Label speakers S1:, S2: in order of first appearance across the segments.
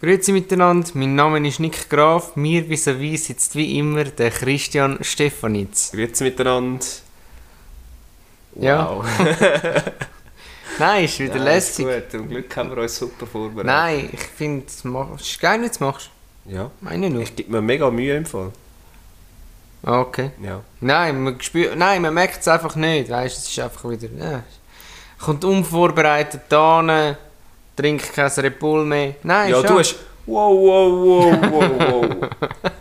S1: Grüezi miteinander, mein Name ist Nick Graf, mir vis à -vis sitzt wie immer der Christian Stefanitz.
S2: Grüezi miteinander.
S1: Ja. Nein, ist wieder
S2: ja,
S1: lässig.
S2: Ist gut. Zum Glück haben wir uns super vorbereitet.
S1: Nein, ich finde, es mach- ist geil, wenn du es machst.
S2: Ja.
S1: Meine nur.
S2: Ich gebe mir mega Mühe im Fall.
S1: Ah, Okay.
S2: Ja.
S1: Nein, man spürt, nein, man merkt es einfach nicht, weißt, es ist einfach wieder, ja. kommt unvorbereitet da trinkt kein Repul mehr. Nein,
S2: ja,
S1: schon.
S2: du hast... Wow, wow, wow, wow, wow.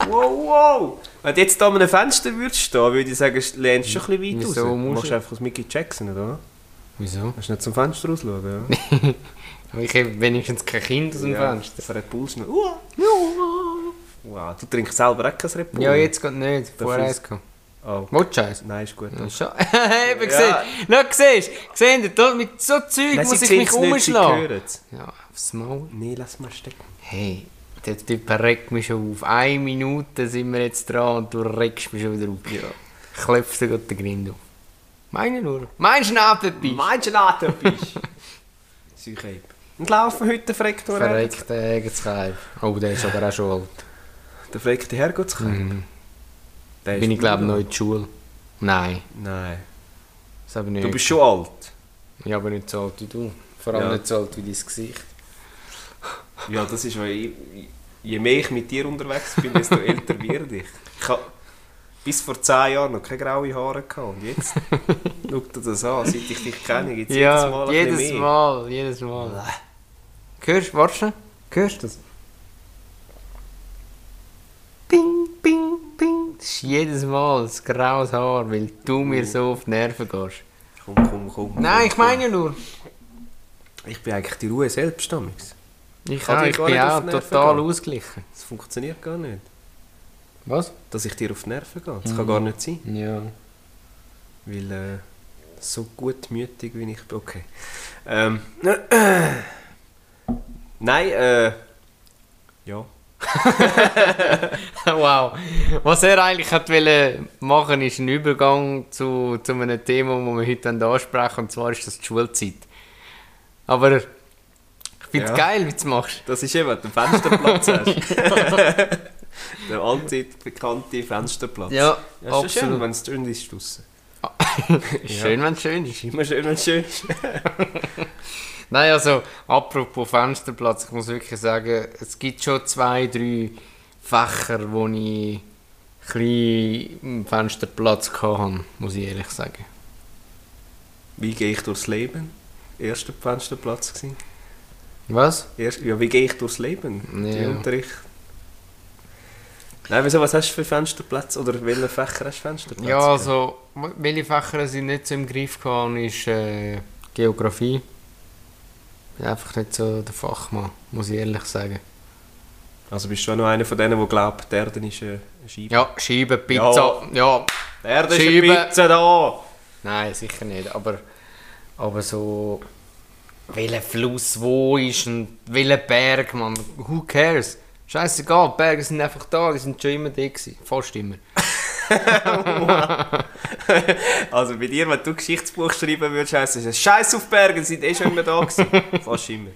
S2: wow, wow. Wenn du jetzt da an einem Fenster würdest stehen, würde ich sagen, du lehnst schon ein bisschen weit
S1: Wieso
S2: raus. Du
S1: musst
S2: machst
S1: du-
S2: einfach das Mickey Jackson, oder?
S1: Wieso?
S2: Kannst nicht zum Fenster rausschauen, ja?
S1: Ich habe wenigstens kein Kind aus dem
S2: ja,
S1: Fenster.
S2: Das Red Bull schnell. Uah. Wow, du trinkst selber auch kein Red Bull?
S1: Ja, jetzt geht nicht, vorher
S2: ist-
S1: eins gehabt.
S2: Oh.
S1: Willst du eins?
S2: Nein, ist gut.
S1: Ja, schon. Eben gesehen.
S2: Ja.
S1: Noch siehst du? Seht ihr, da mit so Zeug
S2: Nein,
S1: muss
S2: sie
S1: ich mich
S2: sehen's nicht, sie
S1: umschlagen.
S2: hören's.
S1: Ja, aufs Maul.
S2: Nein, lass mal stecken.
S1: Hey, der Typ regt mich schon auf. Eine Minute sind wir jetzt dran und du regst mich schon wieder auf. Ja. Klopfst dir gerade den Grind auf. Meine nur. Mein Schnabelbein.
S2: Mein Gelato-Fisch. Süchheib. Und laufen heute den Frektor
S1: Verreckte Egenskeib. Oh, der ist aber auch schon alt.
S2: Der Frektor Herrgottskeib. Mhm.
S1: Bin ich glaube noch in der Schule. Nein,
S2: Nein.
S1: das habe ich nicht.
S2: Du bist schon alt.
S1: ja, aber nicht so alt wie du. Vor allem
S2: Ja.
S1: nicht so alt wie dein Gesicht.
S2: Ja, das ist, weil ich, je mehr ich mit dir unterwegs bin, desto älter werde ich. Ich habe bis vor 10 Jahren noch keine grauen Haare gehabt. Und jetzt, schau dir das an, seit ich dich kenne, gibt es jedes Mal ein
S1: jedes
S2: bisschen mehr.
S1: Mal, jedes Mal. Hörst du, warte schnell. Hörst du das? Bing, bing, bing. Das ist jedes Mal ein graues Haar, weil du
S2: Oh.
S1: mir so auf die Nerven gehst.
S2: Komm, komm, komm.
S1: Nein, ich
S2: komm,
S1: meine ja nur.
S2: komm. Ich bin eigentlich die Ruhe selbst, damals.
S1: Ich,
S2: Kann
S1: auch,
S2: dir
S1: ich
S2: gar
S1: bin
S2: nicht auf
S1: auch
S2: die Nerven
S1: total
S2: gehen.
S1: ausgeglichen.
S2: Das funktioniert gar nicht.
S1: Was?
S2: Dass ich dir auf die Nerven gehe, das
S1: Mhm.
S2: kann gar nicht sein.
S1: Ja.
S2: Weil äh, so gutmütig wie ich bin. Okay. Ähm, nein, äh. Ja.
S1: Wow. Was er eigentlich hat wollen machen, ist ein Übergang zu, zu einem Thema, das wir heute ansprechen wollen, und zwar ist das die Schulzeit. Aber ich finde es
S2: Ja.
S1: geil, wie du es machst.
S2: Das ist eben, der Fensterplatz hast. der allzeit bekannte Fensterplatz.
S1: Ja,
S2: ja ist schon schön,
S1: absolut.
S2: wenn es schön ist draussen.
S1: Schön, wenn es schön ist.
S2: Immer schön, wenn es schön ist.
S1: Nein, also, apropos Fensterplatz, ich muss wirklich sagen, es gibt schon zwei, drei Fächer, wo ich ein Fensterplatz hatte, muss ich ehrlich sagen.
S2: Wie gehe ich durchs Leben? Erster Fensterplatz gewesen.
S1: Was?
S2: Erst, ja, wie gehe ich durchs Leben?
S1: Ja.
S2: Die Unterricht. Nein, wieso, was hast du für Fensterplätze? Oder welchen Fächer hast du Fensterplätze?
S1: Ja, also, welche Fächer ich nicht so im Griff hatte, ist äh, Geografie. Bin einfach nicht so der Fachmann, muss ich ehrlich sagen.
S2: Also bist du auch noch einer von denen, der glaubt, die Erde ist eine eine Scheibe?
S1: Ja, Scheiben, Pizza, ja.
S2: Die Erde ist
S1: Scheibe.
S2: eine Pizza da!
S1: Nein, sicher nicht. Aber, aber so. Welcher Fluss wo ist und welcher Berg, man. Who cares? Scheißegal, die Berge sind einfach da, die sind schon immer da gewesen. Fast immer.
S2: Also bei dir, wenn du Geschichtsbuch schreiben würdest, heisst es Scheiß auf Bergen, sind eh schon immer da gewesen. Fast immer.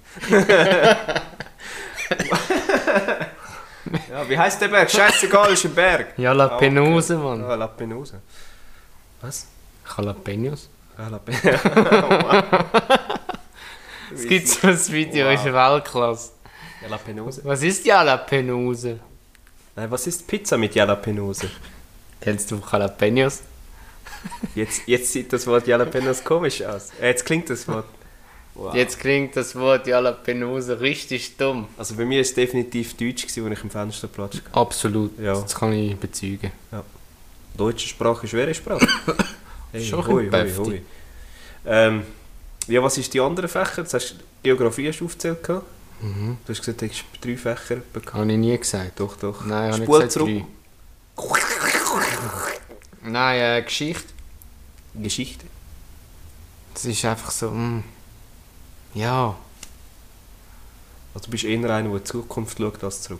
S2: ja, wie heisst der Berg? Scheißegal, ist ein Berg.
S1: Ja, La Penose, Mann.
S2: Ah, La Penose. Was?
S1: Jalapenos.
S2: Ah, La Penose. oh,
S1: Es gibt so ein Video,
S2: Wow.
S1: ist Weltklasse.
S2: Ja, La Penose.
S1: Was ist Jalapenose?
S2: Nein, was ist Pizza mit Jalapenose?
S1: Kennst du Jalapenos?
S2: Jetzt, jetzt sieht das Wort Jalapenos komisch aus. Äh, jetzt klingt das Wort. Wow.
S1: Jetzt klingt das Wort Jalapenose richtig dumm.
S2: Also bei mir war es definitiv Deutsch, gewesen, als ich im Fensterplatz war.
S1: Absolut,
S2: Ja.
S1: das kann ich bezeugen.
S2: Deutsche Sprache ist schwere Sprache.
S1: Schon ein
S2: hoi, hoi,
S1: bisschen
S2: hoi. Ähm, ja, was ist die andere Fächer? Das hast, Geografie hast du aufgezählt. gehabt.
S1: Mhm.
S2: Du hast gesagt, du hättest drei Fächer bekannt.
S1: Habe ich nie gesagt.
S2: Doch, doch.
S1: Nein, habe ich
S2: Spul
S1: gesagt
S2: zurück.
S1: drei. Nein, äh, Geschichte.
S2: Geschichte.
S1: Das ist einfach so, mm, ja,
S2: Also du bist eher einer, der in die Zukunft schaut, als zurück.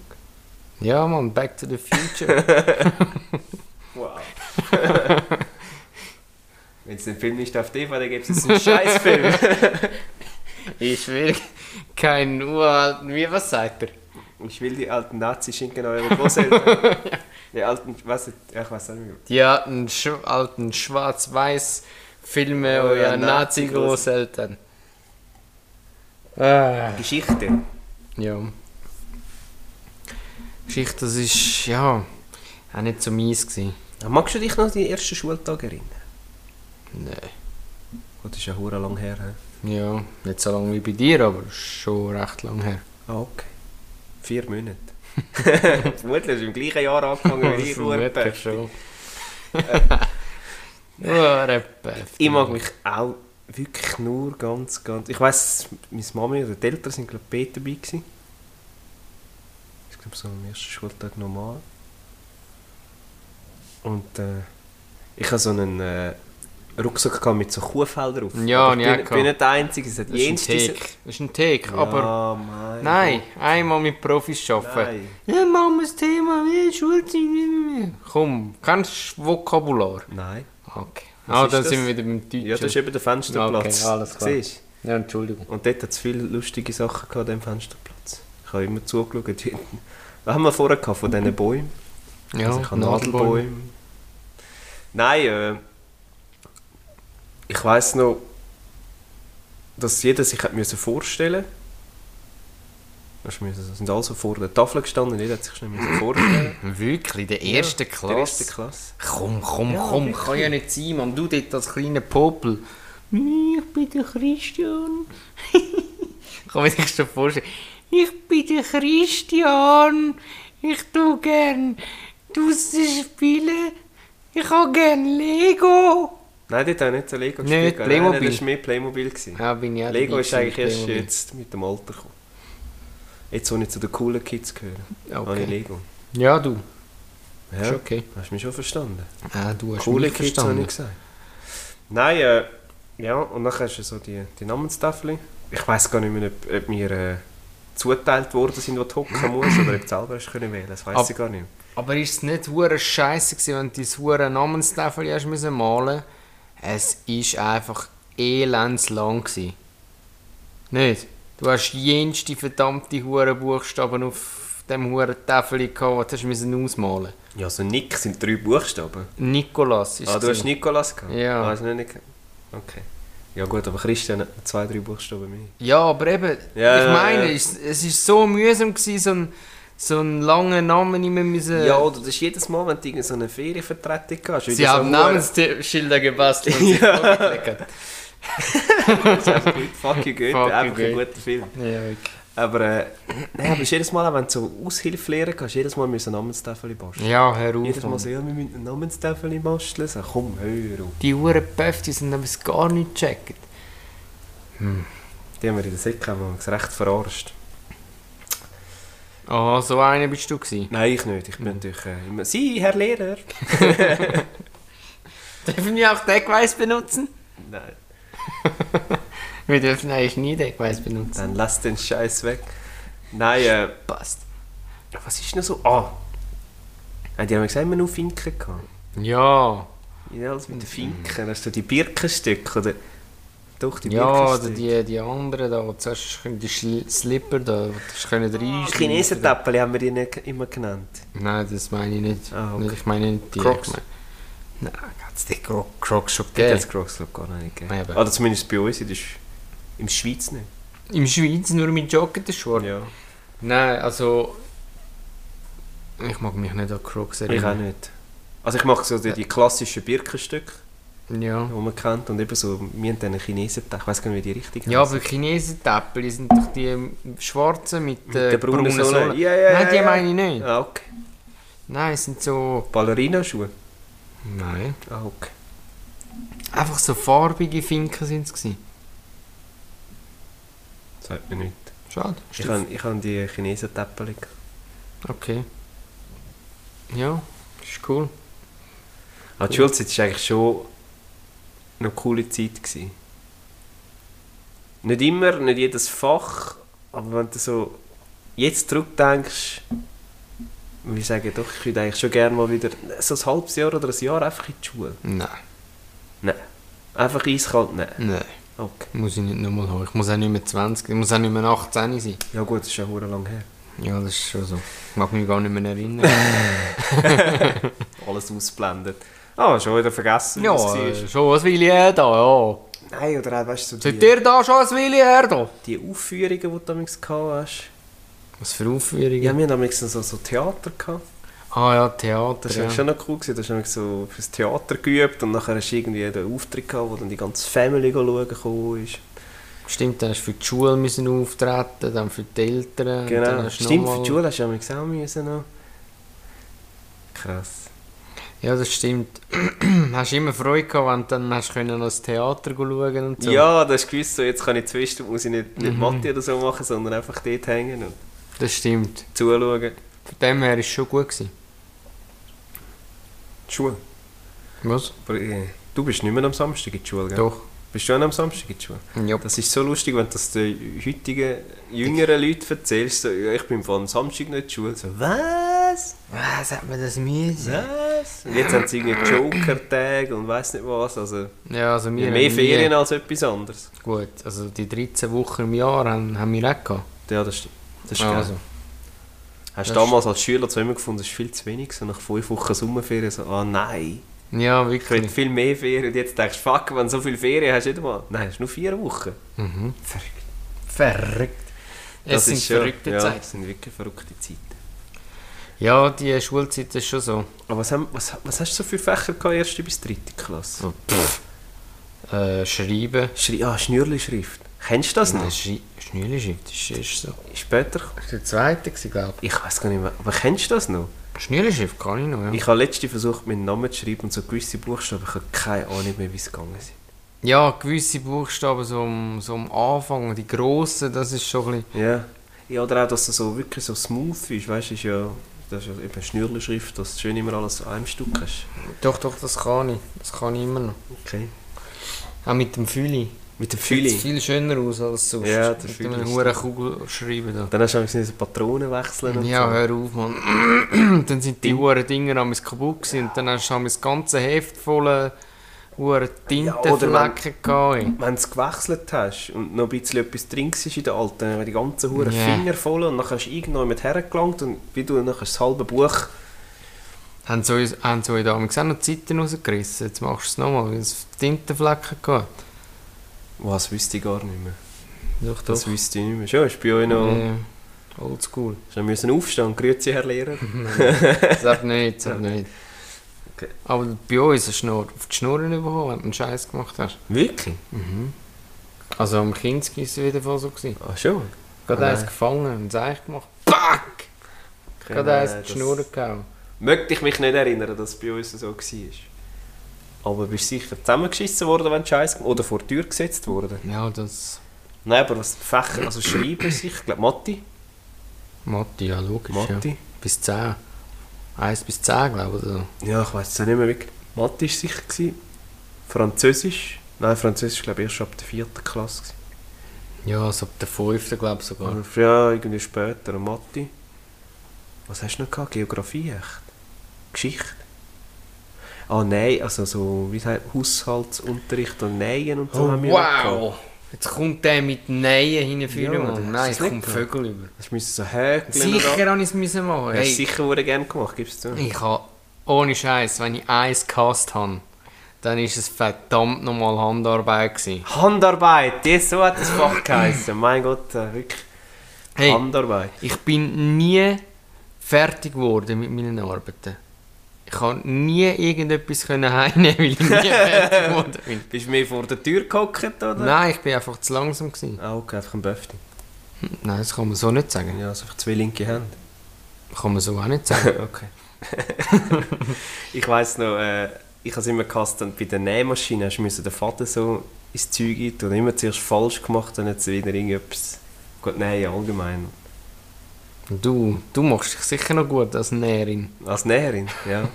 S1: ja man, Back to the Future.
S2: Wow. Wenn es den Film nicht auf DVD gibt, ist es ein Scheißfilm.
S1: ich will keinen uralten, wie, was sagt er?
S2: Ich will die alten Nazi-Schinken eurer Großeltern. Die alten, was, ja, ich weiß nicht mehr.
S1: Die alten, Sch alten Schwarz-Weiß-Filme
S2: Oh ja,
S1: eurer Nazi-Großeltern. Ah.
S2: Geschichte.
S1: Ja. Geschichte, das ist, ja, auch nicht so mies gewesen.
S2: Magst du dich noch an deinen ersten Schultag erinnern?
S1: Nee.
S2: Gut, das ist ja hure lang her. He?
S1: Ja, nicht so lange wie bei dir, aber schon recht lang her.
S2: Ah, okay. Vier Monate. Vermutlich hast du im gleichen Jahr angefangen wie ich. Hurenpech.
S1: schon. Hurenpech.
S2: Ich mag mich auch wirklich nur ganz, ganz. Ich weiß, meine Mami oder die Eltern sind, glaube ich, Peter dabei. Gewesen. Ich glaube, so am ersten Schultag normal. Und äh, ich habe so einen äh, Rucksack gehabt mit so Kuhfeldern auf.
S1: Ja,
S2: Aber
S1: ich auch
S2: ich bin,
S1: gehabt.
S2: bin nicht der Einzige, es hat
S1: Das ist ein
S2: jenes diese-
S1: Tick. Das ist ein Tick,
S2: Ja,
S1: aber...
S2: mein
S1: Nein, einmal mit Profis
S2: Gott.
S1: arbeiten.
S2: Nein.
S1: Ja, Mama, das Thema, wie Schulzeit, wie, wie. Komm, kennst du Vokabular?
S2: Nein.
S1: Okay.
S2: Was
S1: Ah,
S2: ist
S1: dann
S2: das?
S1: sind wir wieder beim Deutschen.
S2: Ja, das ist eben der Fensterplatz.
S1: Okay, alles klar.
S2: Siehst?
S1: ja Entschuldigung.
S2: Und dort hat es viele lustige Sachen gehabt, dem Fensterplatz. Ich habe immer zugeschaut. Was haben wir vorher gehabt von diesen Bäumen?
S1: Ja,
S2: also ich habe
S1: Nadelbäume.
S2: Nadelbäume. Nein, äh, ich weiß noch, dass jeder sich hat müssen vorstellen musste. Wir sind also vor der Tafel gestanden, jeder hat sich schnell müssen vorstellen
S1: Wirklich, der
S2: Ja,
S1: ersten
S2: Der
S1: Klasse.
S2: erste Klasse.
S1: Komm, komm,
S2: Ja,
S1: komm,
S2: wirklich.
S1: kann ja nicht sein, Mann. Du dort als kleiner Popel. Ich bin der Christian. kann man sich schon vorstellen. Ich bin der Christian. Ich tu gern draussen spielen. Ich habe gern Lego.
S2: Nein, dort habe ich nicht so Lego
S1: Nicht
S2: gespielt. Nein, nein,
S1: Playmobil.
S2: Das war mehr Playmobil. Gewesen.
S1: Ja, bin ich auch
S2: Lego
S1: dabei
S2: ist eigentlich
S1: gewesen
S2: erst
S1: mit Playmobil.
S2: jetzt mit dem Alter gekommen. Jetzt, wo ich zu den coolen Kids gehöre, habe ich
S1: Okay.
S2: Lego.
S1: Ja, du.
S2: Ja,
S1: Ist okay.
S2: hast du mich schon verstanden?
S1: Ah, du hast
S2: Coole
S1: mich
S2: Kids, habe ich
S1: verstanden.
S2: gesagt. Nein, äh, ja, und dann hast du so die, die Namenstafel. Ich weiß gar nicht mehr, ob, ob mir äh, zuteilt worden sind, wo du hocken musst, oder ob du selber hast können wählen. Das
S1: Ab-
S2: weiß ich gar nicht mehr.
S1: Aber ist es nicht hure scheiße gewesen, wenn du dein hure Namenstafel hast müssen malen? Es ist einfach elendslang gewesen. Nicht? Du hast jenste verdammte hure Buchstaben auf dem hure Tafel gehabt, das hast du müssen ausmalen.
S2: Ja, so Nick sind drei Buchstaben.
S1: Nikolas ist
S2: ah, du hast
S1: gewesen.
S2: Nikolas gehabt?
S1: Ja.
S2: Ah, hast du nicht gehabt? Okay. Ja gut, aber Christian hat noch zwei, drei Buchstaben mehr.
S1: Ja, aber eben,
S2: Ja,
S1: ich
S2: ja,
S1: meine,
S2: ja.
S1: Es, es ist so mühsam gewesen, so einen so einen langen Namen immer müssen.
S2: Ja, oder das ist jedes Mal, wenn du irgend so eine Ferienvertretung hast. weil die
S1: Äh, Sie
S2: so
S1: haben
S2: hure-
S1: Namensschilder gebastelt und sich vorgelegt.
S2: Fuck you,
S1: Fuck
S2: Goethe.
S1: you,
S2: Einfach ein
S1: Goethe.
S2: guter Film.
S1: Ja, wirklich.
S2: Aber, äh, nein, aber es ist jedes Mal, auch wenn du so Aushilfelehrer gehst, jedes Mal müssen wir Namenstafel basteln.
S1: ja, hör auf.
S2: Jedes Mal
S1: Mann.
S2: so, ja, wir müssen eine Namenstafel basteln. So, komm, hör auf.
S1: Die Uhren Päfti sind aber es gar nicht gecheckt.
S2: Die haben wir in der Säcke haben wir uns recht verarscht.
S1: Ah, so einer bist du gewesen.
S2: Nein, ich nicht.
S1: Hm.
S2: Ich bin natürlich äh, immer, Sie, Herr Lehrer.
S1: Dürfen wir auch Deckweiß benutzen?
S2: Nein,
S1: Wir dürfen eigentlich nie Deckweiß benutzen.
S2: dann lass den Scheiß weg. Nein, äh,
S1: Passt.
S2: was ist noch so? Ah, äh, die haben gesagt, immer nur Finken gehabt.
S1: Ja,
S2: Ja, alles mit den Finken. Hast du die Birkenstücke oder... Doch, die
S1: ja, oder
S2: Birkenstücke.
S1: die, die anderen da, die zuerst können die Schli- Slipper da, die können reinschneiden.
S2: Chinesentappeli Ah, haben wir die nicht immer genannt.
S1: Nein, das meine ich nicht.
S2: Ah, okay.
S1: Nicht, Ich meine nicht die.
S2: Crocs.
S1: Ich meine, nein, hat's die Cro Crocs schon
S2: Ja.
S1: gegeben?
S2: Das Crocs glaub gar nicht gegeben.
S1: Eben.
S2: Oder zumindest bei uns in der Sch in der Schweiz nicht.
S1: Im Schweiz nur mit Jogger-Short?
S2: Ja.
S1: Nein, also... Ich mag mich nicht an Crocs
S2: Ich auch
S1: erinnern.
S2: nicht. Also ich mache so die, die klassischen Birkenstücke,
S1: Ja.
S2: die man kennt. Und eben so, wir haben dann Chinesen, ich weiß gar nicht, wie die richtig
S1: Ja,
S2: heissen.
S1: aber Chinesen-Täppeli sind doch die schwarzen mit,
S2: Mit
S1: äh,
S2: der braunen Sohle. Ja, ja,
S1: Nein,
S2: ja,
S1: die
S2: ja.
S1: meine ich nicht.
S2: Ah, okay.
S1: Nein, es sind so...
S2: Ballerinaschuhe.
S1: Nein.
S2: Ah, okay.
S1: Einfach so farbige Finken sind es gewesen.
S2: Sagt mir nicht.
S1: Schade.
S2: Ich habe ich hab die Chinesen-Täppeli. gehabt.
S1: Okay. Ja, ist cool.
S2: Aber die Schulzeit war eigentlich schon eine coole Zeit. Gewesen. Nicht immer, nicht jedes Fach, aber wenn du so jetzt zurückdenkst, würde ich sagen, doch, ich würde eigentlich schon gerne mal wieder so ein halbes Jahr oder ein Jahr einfach in die Schule.
S1: Nein,
S2: Einfach eiskalt nehmen.
S1: nein.
S2: Okay.
S1: Muss ich nicht nochmal haben. Ich muss auch nicht mehr 20, ich muss auch nicht mehr 18 sein.
S2: Ja gut, das ist ja hure lang her.
S1: Ja, das ist schon so. Ich mag mich gar nicht mehr erinnern.
S2: Alles ausblendet. Ah, schon wieder vergessen,
S1: ja,
S2: was es war.
S1: äh, schon ein Weile her da, ja.
S2: Nein, oder auch, weißt du, so
S1: Seid
S2: die,
S1: ihr da schon ein Weile her da?
S2: die Aufführungen, die du damals gehabt hast.
S1: Was für Aufführungen?
S2: Ja, wir haben damals so, so Theater gehabt.
S1: Ah ja, Theater,
S2: Das war
S1: ja.
S2: ja. schon noch cool. Gewesen. Da hast du nämlich so fürs Theater geübt und nachher hast du irgendwie einen Auftritt gehabt, wo dann die ganze Family schauen gekommen ist.
S1: Stimmt, dann hast du für die Schule müssen auftreten, dann für die Eltern. und Dann
S2: Genau.
S1: hast du
S2: Stimmt,
S1: noch
S2: für die
S1: mal-
S2: Schule hast du damals auch müssen noch. Krass.
S1: Ja, das stimmt. hast du immer Freude gehabt, wenn du dann hast können noch das Theater schauen und so. Mhm.
S2: Ja, da hast du gewusst, so, jetzt kann ich zwischen, muss ich nicht, nicht Mathe oder so machen, sondern einfach dort hängen und
S1: Das stimmt.
S2: zuschauen.
S1: Von dem her war es schon gut. Gewesen.
S2: Die Schule.
S1: Was?
S2: Aber, äh, du bist nicht mehr am Samstag in die Schule, gell?
S1: Doch.
S2: Bist du auch noch am Samstag in die Schule?
S1: Ja.
S2: Das ist so lustig, wenn du das den heutigen, jüngeren Leuten erzählst, so, ja, ich bin am Samstag nicht in die Schule. So, was?
S1: Was hat man Ah, das müssen? Ja,
S2: Was? Und jetzt haben sie irgendwie Joker-Tag und weiss nicht was. Also
S1: also wir
S2: mehr
S1: haben
S2: Ferien als etwas anderes.
S1: Gut, also die 13 Wochen im Jahr haben, haben wir auch gehabt.
S2: Ja, das stimmt. Das ist geil.
S1: also,
S2: Hast du
S1: das
S2: damals als Schüler zu immer gefunden, das ist viel zu wenig, so nach fünf Wochen Sommerferien, so, ah nein,
S1: ja,
S2: ich will
S1: wirklich.
S2: viel mehr Ferien. Und jetzt denkst du, fuck, wenn du so viele Ferien hast, nicht mal. Nein, hast nur vier Wochen.
S1: Mhm. Verrückt. Verrückt. Es sind
S2: schon-
S1: verrückte
S2: ja,
S1: Zeiten.
S2: Das sind wirklich verrückte Zeiten.
S1: Ja, die Schulzeit ist schon so.
S2: Aber was, haben, was, was hast du so für Fächer gehabt, erste bis dritte Klasse?
S1: So, pff. Äh, schreiben.
S2: Schri ah, Schnürli-Schrift. Kennst du das
S1: Nein,
S2: nicht?
S1: Schrei- Schnürli-Schrift das ist erst so.
S2: Später. gekommen.
S1: Das war der zweite, glaube
S2: Ich weiß gar nicht mehr. Aber kennst du das noch?
S1: ich. Schnürli-Schrift kann ich noch, ja.
S2: Ich habe letzte versucht, meinen Namen zu schreiben und so gewisse Buchstaben. Ich habe keine Ahnung mehr, wie es gegangen ist.
S1: Ja, gewisse Buchstaben so am, so am Anfang, die grossen, das ist schon ein bisschen...
S2: Ja. ja. Oder auch, dass es so wirklich so smooth ist. Weißt du, ist ja, das ist ja eben Schnürli-Schrift, dass du schön immer alles an einem Stück hast.
S1: Doch, doch, das kann ich. Das kann ich immer noch.
S2: Okay.
S1: Auch mit dem Füli.
S2: Mit dem
S1: Sieht
S2: Fühling.
S1: viel schöner aus als sonst.
S2: Ja, der
S1: Mit
S2: Füli
S1: einem
S2: ist-
S1: hohen Kugelschreiben da.
S2: Dann hast du auch so Patronen wechseln und
S1: Ja,
S2: so.
S1: hör auf, Mann. dann sind die
S2: Ding.
S1: hohen Dinger am kaputt gewesen und dann hast du am das ganze Heft voller hohen
S2: oder wenn-
S1: Tintenflecken gehabt. ey.
S2: Wenn du es gewechselt hast und noch ein bisschen etwas drin war in der alten, dann haben die ganzen Huren
S1: Ja.
S2: Finger voll und dann hast du irgendjemand hergelangt und wie du nachher das halbe Buch
S1: Haben sie euch- haben sie euch damals auch noch die Zeiten rausgerissen? Jetzt machst du es nochmal, weil es Tintenflecken gab.
S2: Was wüsste ich gar nicht mehr.
S1: Doch,
S2: Das wüsste ich nicht mehr. Schon, ist bei euch noch.
S1: Ja, Oldschool.
S2: Schon müssen aufstehen. Grüezi, Herr Lehrer.
S1: Das hat nicht, das hat nicht.
S2: Okay.
S1: Aber bei uns ist Schnur, auf die Schnurren überholt, wenn du einen Scheiß gemacht hast.
S2: Wirklich?
S1: Mhm. Also am Kinski ist es wieder voll so gewesen.
S2: Ah, schon.
S1: Gerade
S2: Nein.
S1: eins gefangen und das Eich gemacht. Pack! Gerade eins in die Schnur gehauen.
S2: Äh, Möchte ich mich nicht erinnern, dass es bei uns so war. Aber bist du sicher zusammengeschissen worden, wenn du Scheiß gemacht Oder vor die Tür gesetzt worden?
S1: Ja, das.
S2: Nein, aber was Fächer, also Schreiben sicher. Ich glaube, Matti.
S1: Matti, ja, logisch. Ja.
S2: Matti.
S1: Bis 10. 1 bis 10, glaube ich. oder so.
S2: Ja, ich weiß es auch nicht mehr wirklich. Mathe war sicher. Gewesen. Französisch. Nein, Französisch glaube ich erst ab der vierten Klasse. gewesen.
S1: Ja, also ab der 5. glaube ich sogar.
S2: Oder ja, irgendwie später. Und Mathe. Was hast du noch gehabt? Geografie echt? Geschichte? Ah nein, also so, wie heißt Haushaltsunterricht und Nähen und so
S1: Oh,
S2: haben wir noch gehabt.
S1: wow! Jetzt kommt der mit Nähen hinführen,
S2: Ja, das
S1: Mann. Nein, es
S2: ist nicht
S1: kommt
S2: gut.
S1: Vögel über.
S2: Das müssen so häkeln.
S1: Sicher habe ich es müssen machen.
S2: Hey.
S1: Hey,
S2: Sicher wurde gerne gemacht, gibst du.
S1: ich habe ohne Scheiß, wenn ich eins gehasst habe, dann ist es verdammt nochmal Handarbeit gewesen.
S2: Handarbeit, das so hat das Fach geheißen. Mein Gott, äh, wirklich.
S1: Hey,
S2: Handarbeit.
S1: ich bin nie fertig geworden mit meinen Arbeiten. Ich kann nie irgendetwas können heimnehmen, weil ich nie fertig geworden bin.
S2: Bist du mir vor der Tür gehockt, oder?
S1: Nein, ich bin einfach zu langsam gewesen.
S2: Ah, okay, einfach ein Böfting.
S1: Nein, das kann man so nicht sagen.
S2: Ja, also einfach zwei linke Hände.
S1: Kann man so auch nicht sagen.
S2: okay. ich weiss noch, äh, ich habe es immer gehasst, und bei der Nähmaschine hast du müssen den Faden so ins Zeug rein tun. immer zuerst falsch gemacht, dann jetzt wieder irgendetwas... Gut, nein, allgemein.
S1: Du, du machst dich sicher noch gut als Näherin.
S2: Als Näherin, ja.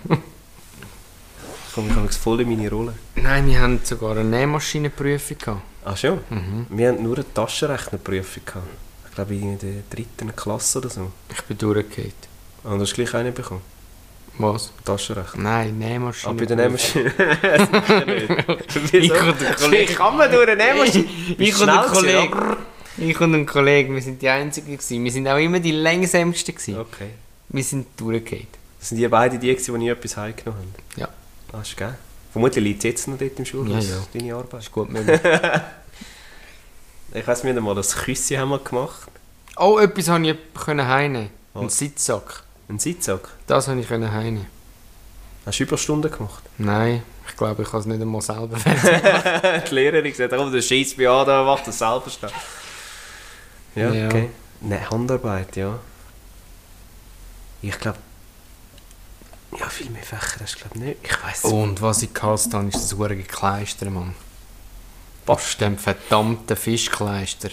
S2: ich komme jetzt voll in meine Rolle.
S1: Nein, wir haben sogar eine Nähmaschinenprüfung gehabt.
S2: Ach schon? Wir hatten nur eine Taschenrechnerprüfung. Gehabt. Ich glaube, in der dritten Klasse oder so. Ah,
S1: Ich bin durchgefallen.
S2: Und du hast gleich eine bekommen.
S1: Was?
S2: Taschenrechner.
S1: Nein, Nähmaschine.
S2: Aber Ah, bei der Nähmaschine... das ist ja nicht.
S1: Ich und der Kollege.
S2: kann man durch eine
S1: Ich und der Kollege. Ich und ein Kollege, wir sind die Einzigen gewesen. Wir sind auch immer die langsamsten gewesen.
S2: Okay.
S1: Wir sind durchgefallen.
S2: Das sind die beiden die, gewesen, die nie etwas heimgenommen haben?
S1: Ja.
S2: Das ist geil. Vermutlich liegt es jetzt noch dort im Schulhaus,
S1: Ja, ja.
S2: deine Arbeit.
S1: Ist gut möglich.
S2: Ich weiss, wir haben mal ein Küsschen haben wir gemacht.
S1: Oh, etwas konnte ich können heine. Ein
S2: Was?
S1: Sitzsack.
S2: Einen Sitzsack.
S1: Das konnte ich können heine.
S2: Hast du Überstunden gemacht?
S1: Nein, ich glaube, ich kann es nicht einmal selber
S2: die Lehrerin gesagt, komm, du scheiß bei an, da macht das selber stehen. Ja,
S1: Ja.
S2: okay. Nein, Handarbeit, ja. Ich glaube... Ja, viel mehr Fächer hast du glaube nicht. Ich weiss es
S1: Und was ich gehasst habe, ist das hure Gekleister, Mann. Aus dem verdammten Fischkleister.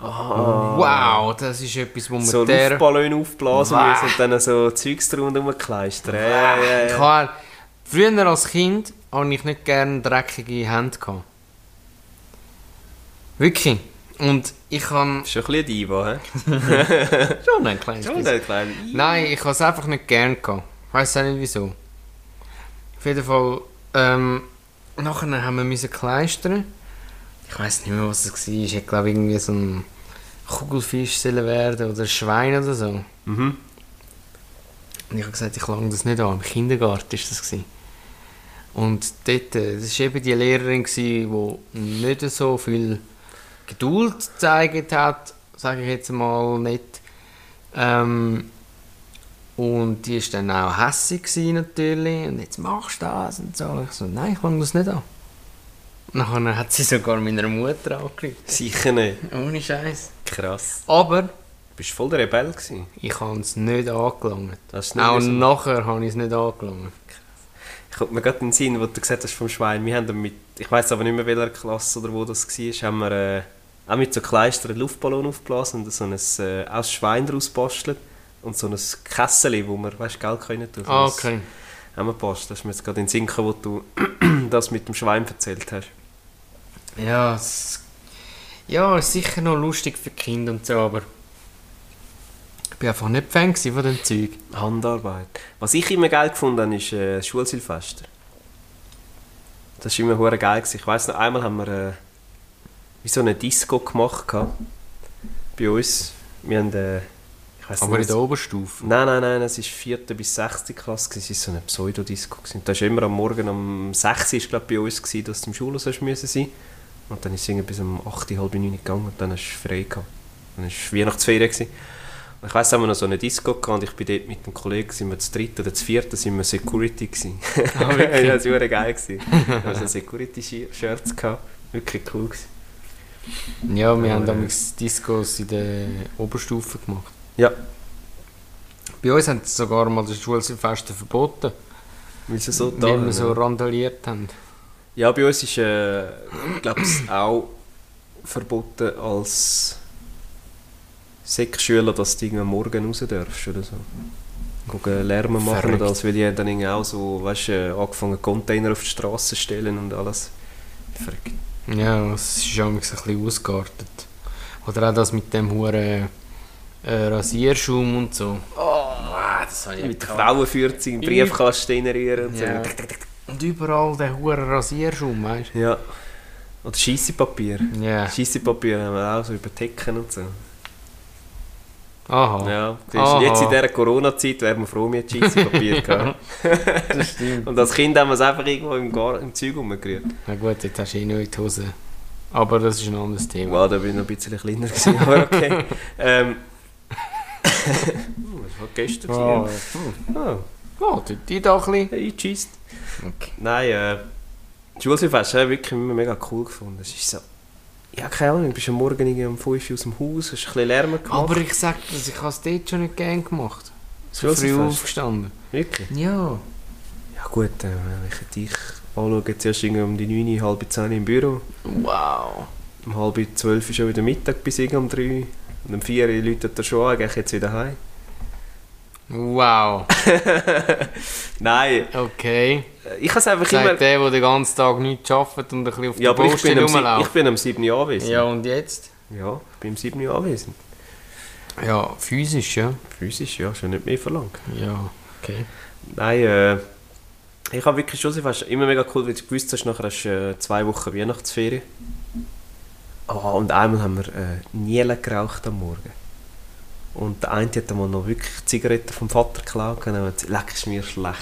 S2: Ah.
S1: Wow, das ist etwas, wo man
S2: So
S1: der...
S2: Luftballon aufblasen
S1: Wah.
S2: müssen und dann so Zeugs drumherum kleistern. Ja, ja,
S1: Ich
S2: ja.
S1: habe, früher als Kind hatte ich nicht gerne dreckige Hände. Gehabt. Wirklich. Und ich habe...
S2: Schon ein bisschen ein Divo, hä?
S1: Schon ein kleines
S2: Schon ein kleiner.
S1: Nein, ich habe es einfach nicht gern gehabt. Ich weiß auch nicht wieso. Auf jeden Fall, ähm, nachher haben wir müssen kleistern. Ich weiß nicht mehr, was es war. Ich hätte, glaube irgendwie so ein Kugelfisch sollen werden oder ein Schwein oder so.
S2: Mhm.
S1: Und ich habe gesagt, ich lange das nicht an. Im Kindergarten war das. Gewesen. Und dort, äh, das war eben die Lehrerin, gewesen, die nicht so viel Geduld gezeigt hat, sage ich jetzt mal nicht. Ähm, und die war dann auch hässig gewesen, natürlich. Und jetzt machst du das und so. Ich so, nein, ich lange das nicht an. Nachher hat sie sogar meiner Mutter angerufen.
S2: Sicher nicht.
S1: Ohne Scheiß.
S2: Krass.
S1: Aber
S2: Du bist voll der Rebell gewesen.
S1: ich habe es nicht angelangt.
S2: Das ist nicht
S1: Auch
S2: so-
S1: nachher habe ich es nicht angelangt.
S2: Kommt mir gerade in den Sinn, wo du gesagt hast vom Schwein. Wir haben dann mit, ich weiß aber nicht mehr welcher Klasse oder wo das war, haben wir äh, auch mit so Kleistern einen Luftballon aufgeblasen und so ein äh, aus Schwein daraus bastelt und so ein Kessel, wo man, weißt du, Geld rein tun
S1: Ah,
S2: So ein-
S1: okay.
S2: Haben wir gebastelt. Das ist mir jetzt gerade in den Sinn gekommen, wo du das mit dem Schwein erzählt hast.
S1: Ja, es, ja, ist sicher noch lustig für die Kinder und so, aber ich war einfach nicht Fan gewesen von dem Zeug.
S2: Handarbeit. Was ich immer geil gefunden habe, ist äh, Schulsilvester. Das war immer hure geil. Gewesen. Ich weiss noch, einmal haben wir äh, wie so eine Disco gemacht. Gehabt. Bei uns. Wir haben, äh, ich weiss
S1: Aber in
S2: nicht,
S1: der Oberstufe.
S2: Nein, nein, nein, es war 4. bis 6. Klasse, gewesen. es war so eine Pseudodisco. gewesen. Da war immer am Morgen um 6 Uhr, glaube bei uns, gewesen, dass du im Schulhaus hast müssen sein Und dann ist es irgendwie bis um 8, halb 9 Uhr gegangen und dann hast du frei gehabt. Dann war Weihnachtsferien. Gewesen. Und ich weiss, haben wir noch so eine Disco gehabt und ich bin dort mit dem Kollegen, sind wir zu dritt oder zu vierten, sind wir Security gewesen.
S1: Ah, wirklich?
S2: ja, das war verdammt geil. Gewesen. Wir hatten so Security-Shirts gehabt. Wirklich cool gewesen.
S1: Ja, wir
S2: Ja,
S1: haben
S2: ja.
S1: damals Discos in der Oberstufe gemacht.
S2: Ja.
S1: Bei uns haben sie sogar mal das Schulsilvester verboten,
S2: Weil sie so
S1: weil wir
S2: haben,
S1: so
S2: ja.
S1: randaliert haben.
S2: Ja, bei uns ist, äh, glaube ich, auch verboten als Sek-Schüler, dass du irgendwie am morgen raus darfst oder so. Gucken, Lärm machen
S1: Verrückt.
S2: und alles, weil die haben dann irgendwie auch so, weißt du, äh, angefangen Container auf die Straße zu stellen und alles. Verrückt.
S1: Ja, es ist auch ein bisschen ausgeartet. Oder auch das mit dem huren äh, Rasierschaum und so. Oh, das habe
S2: Mit der Frauenführung im Briefkasten reinrühren und
S1: Ja.
S2: so.
S1: Und überall der huren Rasierschaum, weißt
S2: Ja. Oder Scheissepapier.
S1: du? Ja.
S2: Scheissepapier haben wir auch so über Decken und so.
S1: Aha.
S2: Ja, das
S1: Aha.
S2: ist jetzt in dieser Corona-Zeit wäre man froh, wir hätten Scheissepapier gehabt.
S1: Das stimmt.
S2: Und als Kind haben wir es einfach irgendwo im, Gar im Zeug rumgerührt.
S1: Na gut, jetzt hast du eh nur in die Hose. Aber das ist ein anderes Thema.
S2: Wow, da bin ich noch ein bisschen kleiner gewesen, aber okay. ähm. Oh, das war gestern.
S1: Wow.
S2: gewesen, ja. Oh,
S1: Oh, die, die da ein bisschen.
S2: hey, tschüss.
S1: Okay.
S2: Nein, äh, das Schulsilvester habe ich wirklich immer mega cool gefunden. Es ist so, ja keine Ahnung, du bist am Morgen irgendwie um 5 Uhr aus dem Haus, hast ein bisschen Lärm gemacht.
S1: Aber ich sag das, ich habe es dort schon nicht gern gemacht. So früh
S2: Schulsilvester?
S1: aufgestanden.
S2: Wirklich?
S1: Ja.
S2: Ja gut, äh, wenn ich dich anschaue, jetzt erst irgendwie um die 9 Uhr, halb 10 Uhr im Büro.
S1: Wow.
S2: Um halb 12 Uhr schon wieder Mittag bis irgendwie um 3 Uhr. Und um 4 Uhr läutet er schon an, gehe ich jetzt wieder heim.
S1: Wow.
S2: Nein,
S1: Okay.
S2: ich habe es einfach immer...
S1: Sagt der, der den ganzen Tag nichts arbeitet und ein bisschen auf
S2: Ja,
S1: der
S2: aber ich bin,
S1: Baustelle
S2: am, sieb- ich
S1: rumläuft.
S2: bin am 7. Jahr anwesend.
S1: Ja, und jetzt?
S2: ja, ich bin am 7. Jahr anwesend.
S1: Ja, physisch, ja.
S2: Physisch, ja, schon nicht mehr verlangt.
S1: Ja, okay.
S2: Nein, äh, ich habe wirklich schon fast immer mega cool, weil du gewusst hast, nachher hast du äh, zwei Wochen Weihnachtsferien. Ah, und einmal haben wir äh, Nielen geraucht am Morgen. Und der eine hat mal noch wirklich die Zigaretten vom Vater geklaut und dann hat gesagt, leck, ist mir schlecht.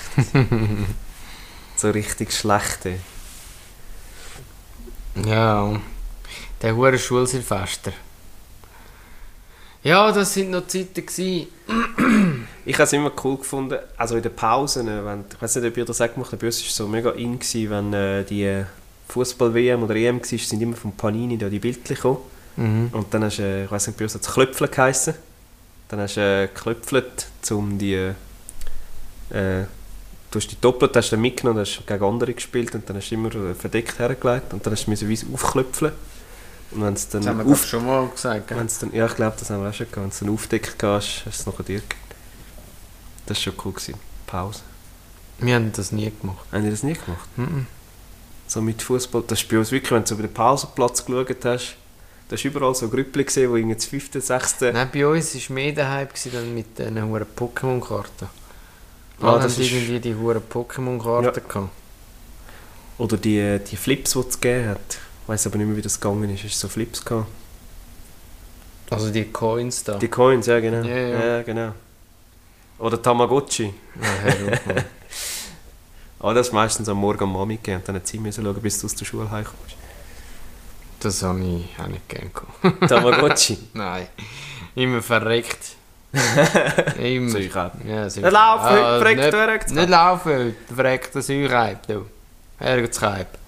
S2: so richtig schlechte.
S1: Ja, der hure Schulsilvester. Ja, das sind noch Zeiten gewesen.
S2: Ich habe es immer cool gefunden, also in den Pausen, äh, wenn, ich weiß nicht, ob ihr das auch gemacht habt, bei uns war es so mega in, gewesen, wenn äh, die Fußball-WM oder E EM war, sind immer von Panini da die Bildchen gekommen.
S1: Mhm.
S2: Und dann hast du, äh, ich weiß nicht, bei uns hat es Klöpfle geheissen. Dann hast du äh, geklöpfelt, um die. Äh, du hast die doppelt, hast du mitgenommen, hast gegen andere gespielt und dann hast du immer äh, verdeckt hergelegt und dann hast du müssen weiss aufklöpfeln. Und wenn es
S1: Das haben wir
S2: dann,
S1: glaub,
S2: auf,
S1: schon mal gesagt. gell?
S2: wenn's dann Ja, ich glaube, das haben wir auch schon gehabt. Wenn es dann aufdeckt hast, hast du es noch dir gegeben. Das war schon cool. Gewesen. Pause.
S1: Wir haben das nie gemacht.
S2: Haben die das nie gemacht?
S1: Mhm.
S2: So mit Fußball. Das ist bei uns wirklich, wenn du so über den Pausenplatz geschaut hast, da hast du überall so Grüppli gesehen, die irgendwie das fünfte, sechste.
S1: Nein, bei uns war mehr der Hype gewesen, dann mit diesen huren Pokémon-Karten.
S2: Ah,
S1: Alle
S2: das
S1: haben
S2: ist-
S1: irgendwie die huren Pokémon-Karten gehabt.
S2: Oder die, die Flips, die es gegeben hat. Ich weiss aber nicht mehr, wie das gegangen ist. Hast du so Flips gehabt?
S1: Also die Coins da.
S2: Die Coins, ja, genau.
S1: Ja, ja.
S2: genau. Oder Tamagotchi.
S1: Nein, hör auf, Mann.
S2: Ah, das ist meistens am Morgen am Mami gegeben. Und dann hat sie müssen schauen, bis du aus der Schule heimkommst.
S1: das habe ich auch nicht gern gehabt.
S2: Tamagotchi.
S1: Nein. Immer verreckt. Immer.
S2: so, ich auch.
S1: Ja, sicher.
S2: Nicht laufen,
S1: Ah,
S2: heute
S1: nicht-
S2: fragt direkt.
S1: Nicht laufen heute, verreckt das Säureib, du. Ergens Hype.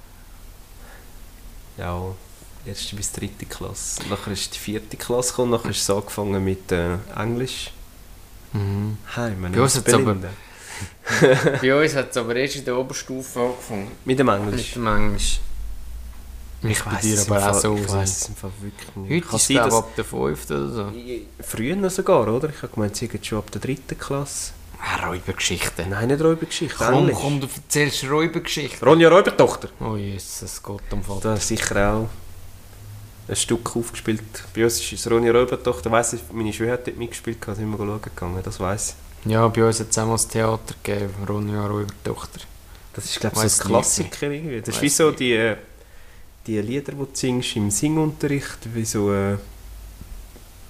S2: Ja, erste bis dritte Klasse. Nachher ist die vierte Klasse gekommen. Nachher ist es angefangen mit äh, Englisch.
S1: Mhm.
S2: Heim,
S1: Bei uns hat's aber- Bei uns hat es aber erst in der Oberstufe angefangen.
S2: Mit dem
S1: Mit
S2: Englisch.
S1: dem Englisch. Ich bei
S2: weiss
S1: dir
S2: es im
S1: aber auch
S2: Fall-
S1: so
S2: Ich
S1: sein.
S2: weiß es im Fall wirklich nicht.
S1: Heute
S2: Kann
S1: ist
S2: sein,
S1: es
S2: dass-
S1: ab der 5. oder so.
S2: Früher noch sogar, oder? Ich habe gemeint, sie gehen schon ab der dritten Klasse. Äh,
S1: Ah, Räubergeschichten.
S2: Nein, nicht Räubergeschichte,
S1: Komm,
S2: Englisch.
S1: komm, du erzählst Räubergeschichten.
S2: Ronja Räubertochter.
S1: Oh Jesus, Gott am Vater.
S2: Da ist sicher auch ein Stück aufgespielt. Bei uns ist es Ronja Räubertochter. Weiss ich, meine Schwester hat dort mitgespielt, hat immer schauen gegangen, das weiss ich.
S1: Ja, bei uns hat es auch mal das Theater gegeben, Ronja Räubertochter.
S2: Das ist, glaube ich,
S1: Weiss
S2: so ein
S1: ich
S2: Klassiker irgendwie. Das ist
S1: Weiss
S2: wie so
S1: nicht.
S2: die, äh, die Lieder, die du singst im Singunterricht, wie so äh,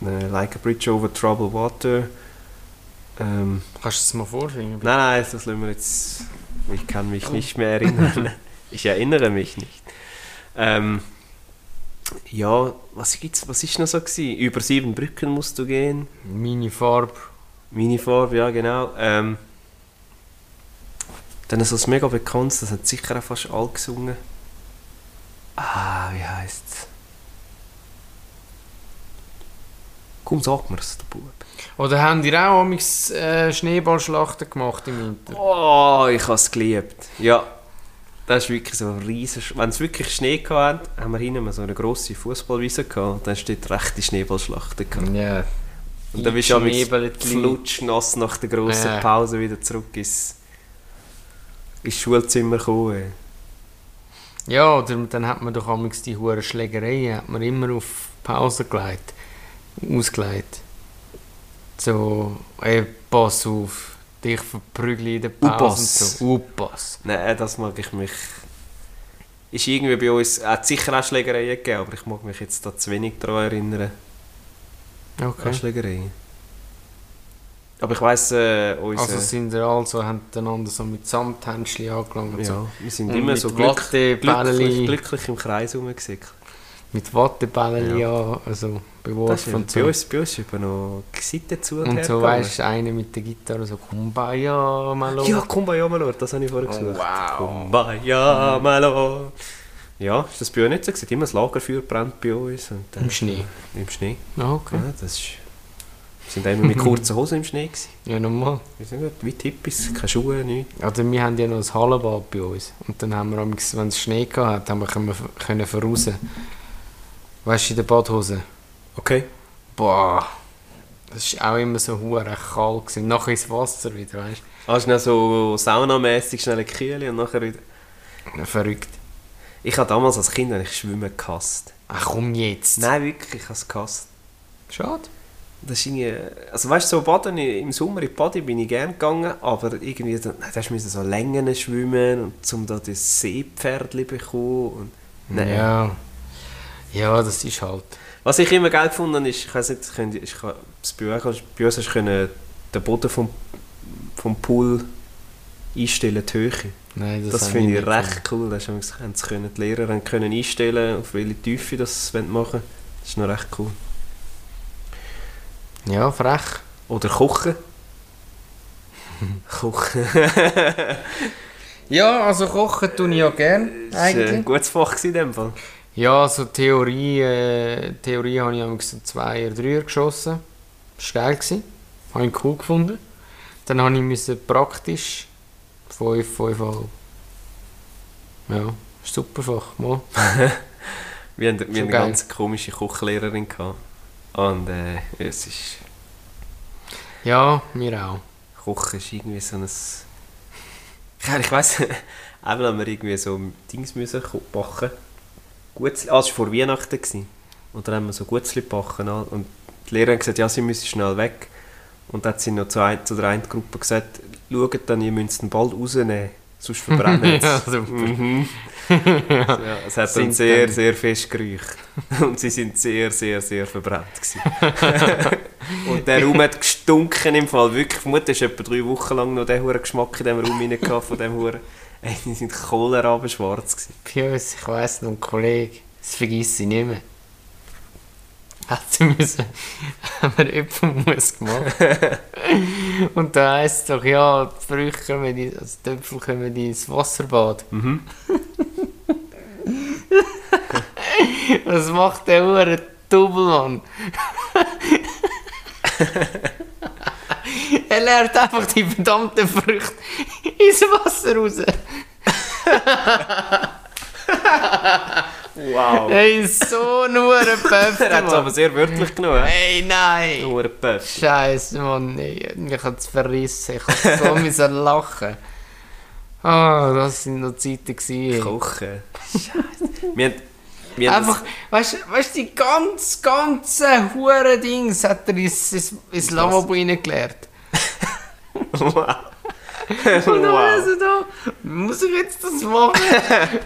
S2: äh, Like a Bridge over Troubled Water. Ähm,
S1: Kannst du es mal vorsingen?
S2: Nein, nein, das lassen wir jetzt. Ich kann mich nicht mehr erinnern. Ich erinnere mich nicht. Ähm, ja, was gibt's? Was ist noch so gewesen? Über sieben Brücken musst du gehen.
S1: Meine Farbe.
S2: Meine Farbe, ja genau. Ähm, dann so ein mega bekanntes, das hat sicher auch fast alle gesungen. Ah, wie heißt's? Komm, sag mir's, der Bub.
S1: Oder haben die auch amigs äh, Schneeballschlachten gemacht im Winter?
S2: Oh, ich habe es geliebt. Ja. Das ist wirklich so ein riesen... Sch- Wenn es wirklich Schnee gehabt hat, haben wir hinten mal so eine grosse Fußballwiese gehabt. Und dann steht rechte Schneeballschlachten gehabt.
S1: Ja.
S2: Und dann bist du am
S1: Schneeballschlachten.
S2: flutschnass nach der grossen
S1: Ja.
S2: Pause wieder zurück ins, ins Schulzimmer gekommen. ey.
S1: Ja, oder dann hat man doch amigs die hure Schlägereien, hat man immer auf Pause gelegt, ausgelegt. So, ey, pass auf, dich verprügle in der Pause.
S2: Upass.
S1: und So. Upass.
S2: Nein, das mag ich mich... Ist irgendwie bei uns... hat sicher auch Schlägereien gegeben, aber ich mag mich jetzt da zu wenig daran erinnern. An
S1: Okay.
S2: Schlägereien. Aber ich weiss, äh, unser...
S1: Also sind wir also, haben einander so mit Samthändchen angelangt. und So.
S2: Ja, wir sind
S1: Und
S2: immer
S1: mit
S2: so glück, glücklich,
S1: Wattebällchen,
S2: glücklich im Kreis rumgesickelt.
S1: mit Wattebällchen ja. also
S2: Das
S1: beworfen und
S2: ist bei
S1: so.
S2: uns, bei uns ist eben noch die Seite zu
S1: Und so weisst du, einer mit der Gitarre so, Kumbaya, Malo.
S2: Ja, Kumbaya Malor, das habe ich vorher
S1: Oh,
S2: gesucht.
S1: wow.
S2: Kumbaya Malor. Ja, ist das bei euch nicht so? gewesen? Immer das Lagerfeuer brennt bei uns. Und dann,
S1: Im Schnee.
S2: Im Schnee,
S1: Ah, okay.
S2: ja, das ist... Wir sind auch immer mit kurzen Hosen im Schnee gewesen.
S1: Ja, nochmal.
S2: Wir sind gut, wie Tippis, keine Schuhe, nichts.
S1: Also wir haben ja noch ein Hallenbad bei uns. Und dann haben wir, amigs, wenn es Schnee gehabt hat, haben wir können, können voraus. Weißt du, in der Badhose.
S2: Okay.
S1: Boah. Das war auch immer so hure kalt. Gewesen. Nachher ins Wasser wieder, weißt
S2: Ah, schnell so saunamässig schnell eine Kühle und nachher wieder...
S1: du. Verrückt.
S2: Ich habe damals als Kind eigentlich Schwimmen gehasst.
S1: Ach komm jetzt.
S2: Nein, wirklich, ich habe es gehasst.
S1: Schade.
S2: Das ist irgendwie, also weißt du, so baden i- im Sommer in die Body bin ich gerne gegangen, aber irgendwie, dann, nein, da musst du so Längen schwimmen und zum da das Seepferdli bekommen und, nein,
S1: Ja. Ja, das ist halt.
S2: Was ich immer geil gefunden habe, ist, ich weiß nicht, könnt, ihr- ich, kann- das bei euch hast- bei uns hast du können den Boden vom, vom Pool einstellen, die Höhe.
S1: Nein, das,
S2: Das,
S1: habe
S2: finde ich
S1: nicht
S2: recht cool. Das haben sie gesagt, haben sie können, die Lehrer haben können einstellen, auf welche Tiefe das sie machen wollen. Das ist noch recht cool.
S1: gemacht. Ja, frech.
S2: Oder kochen. kochen.
S1: Ja, also kochen tue ich ja gerne.
S2: Das war ein gutes Fach gewesen in dem Fall.
S1: Ja, also Theorie, äh, Theorie habe ich am so zwei oder drei geschossen. Das war geil. gewesen. Habe ich cool gefunden. Dann habe ich müssen praktisch 5, 5 Ja, super Fach. Mal.
S2: Wir hatten
S1: Schon
S2: wir hatten eine
S1: geil.
S2: ganz komische Kochlehrerin. Gehabt. Und äh, es ist...
S1: Ja, mir auch.
S2: Kochen ist irgendwie so ein... Ja, ich weiss, einmal haben wir irgendwie so Dings müssen ko- backen. Gutzli, ah, das war vor Weihnachten. Gewesen. Und dann haben wir so Gutzli gebacken. ah, Und die Lehrerin hat gesagt, ja, sie müssen schnell weg. Und dann hat sie noch zu, ein, zu der einen Gruppe gesagt, schaut dann, ihr müsst den Ball rausnehmen, sonst verbrennt
S1: Ja,
S2: es.
S1: super.
S2: Mhm. ja, es hat
S1: Sind
S2: dann sehr,
S1: dann-
S2: sehr fest geräucht. Und sie sind sehr, sehr, sehr verbrannt. Gewesen. Und der Raum hat gestunken im Fall. Wirklich, vermutlich war etwa drei Wochen lang noch der hure Geschmack in diesem Raum rein gehabt, von dem Huren. Ey, die sind cholerabenschwarz gewesen.
S1: Bei uns, ich weiss noch, ein Kollege, das vergesse ich nicht mehr. Hat sie müssen, haben wir Äpfelmus gemacht. Und da heisst es doch, ja, die Früchte kommen, in- also die Äpfel kommen ins Wasserbad.
S2: Mhm.
S1: Was macht der Hure Doppelmann? er leert einfach die verdammten Früchte ins Wasser raus.
S2: Wow.
S1: Ey, so ein Hurenpöpf,
S2: Der hat es aber
S1: Mann.
S2: sehr wörtlich genommen. hä?
S1: Ey, nein.
S2: Hure Pöff.
S1: Scheiße, Mann, ey, mich hat's verrissen. Ich hab so müssen lachen. Ah, das sind noch Zeiten gewesen.
S2: Kochen. Scheiße. Wir haben, wir haben
S1: Einfach, weißt du, weißt, du, die ganz, ganzen hure Dings hat er ins, ins, ins Lavabo reingeleert.
S2: Das, wow.
S1: Und dann war
S2: wow.
S1: er da, muss ich jetzt das machen? hat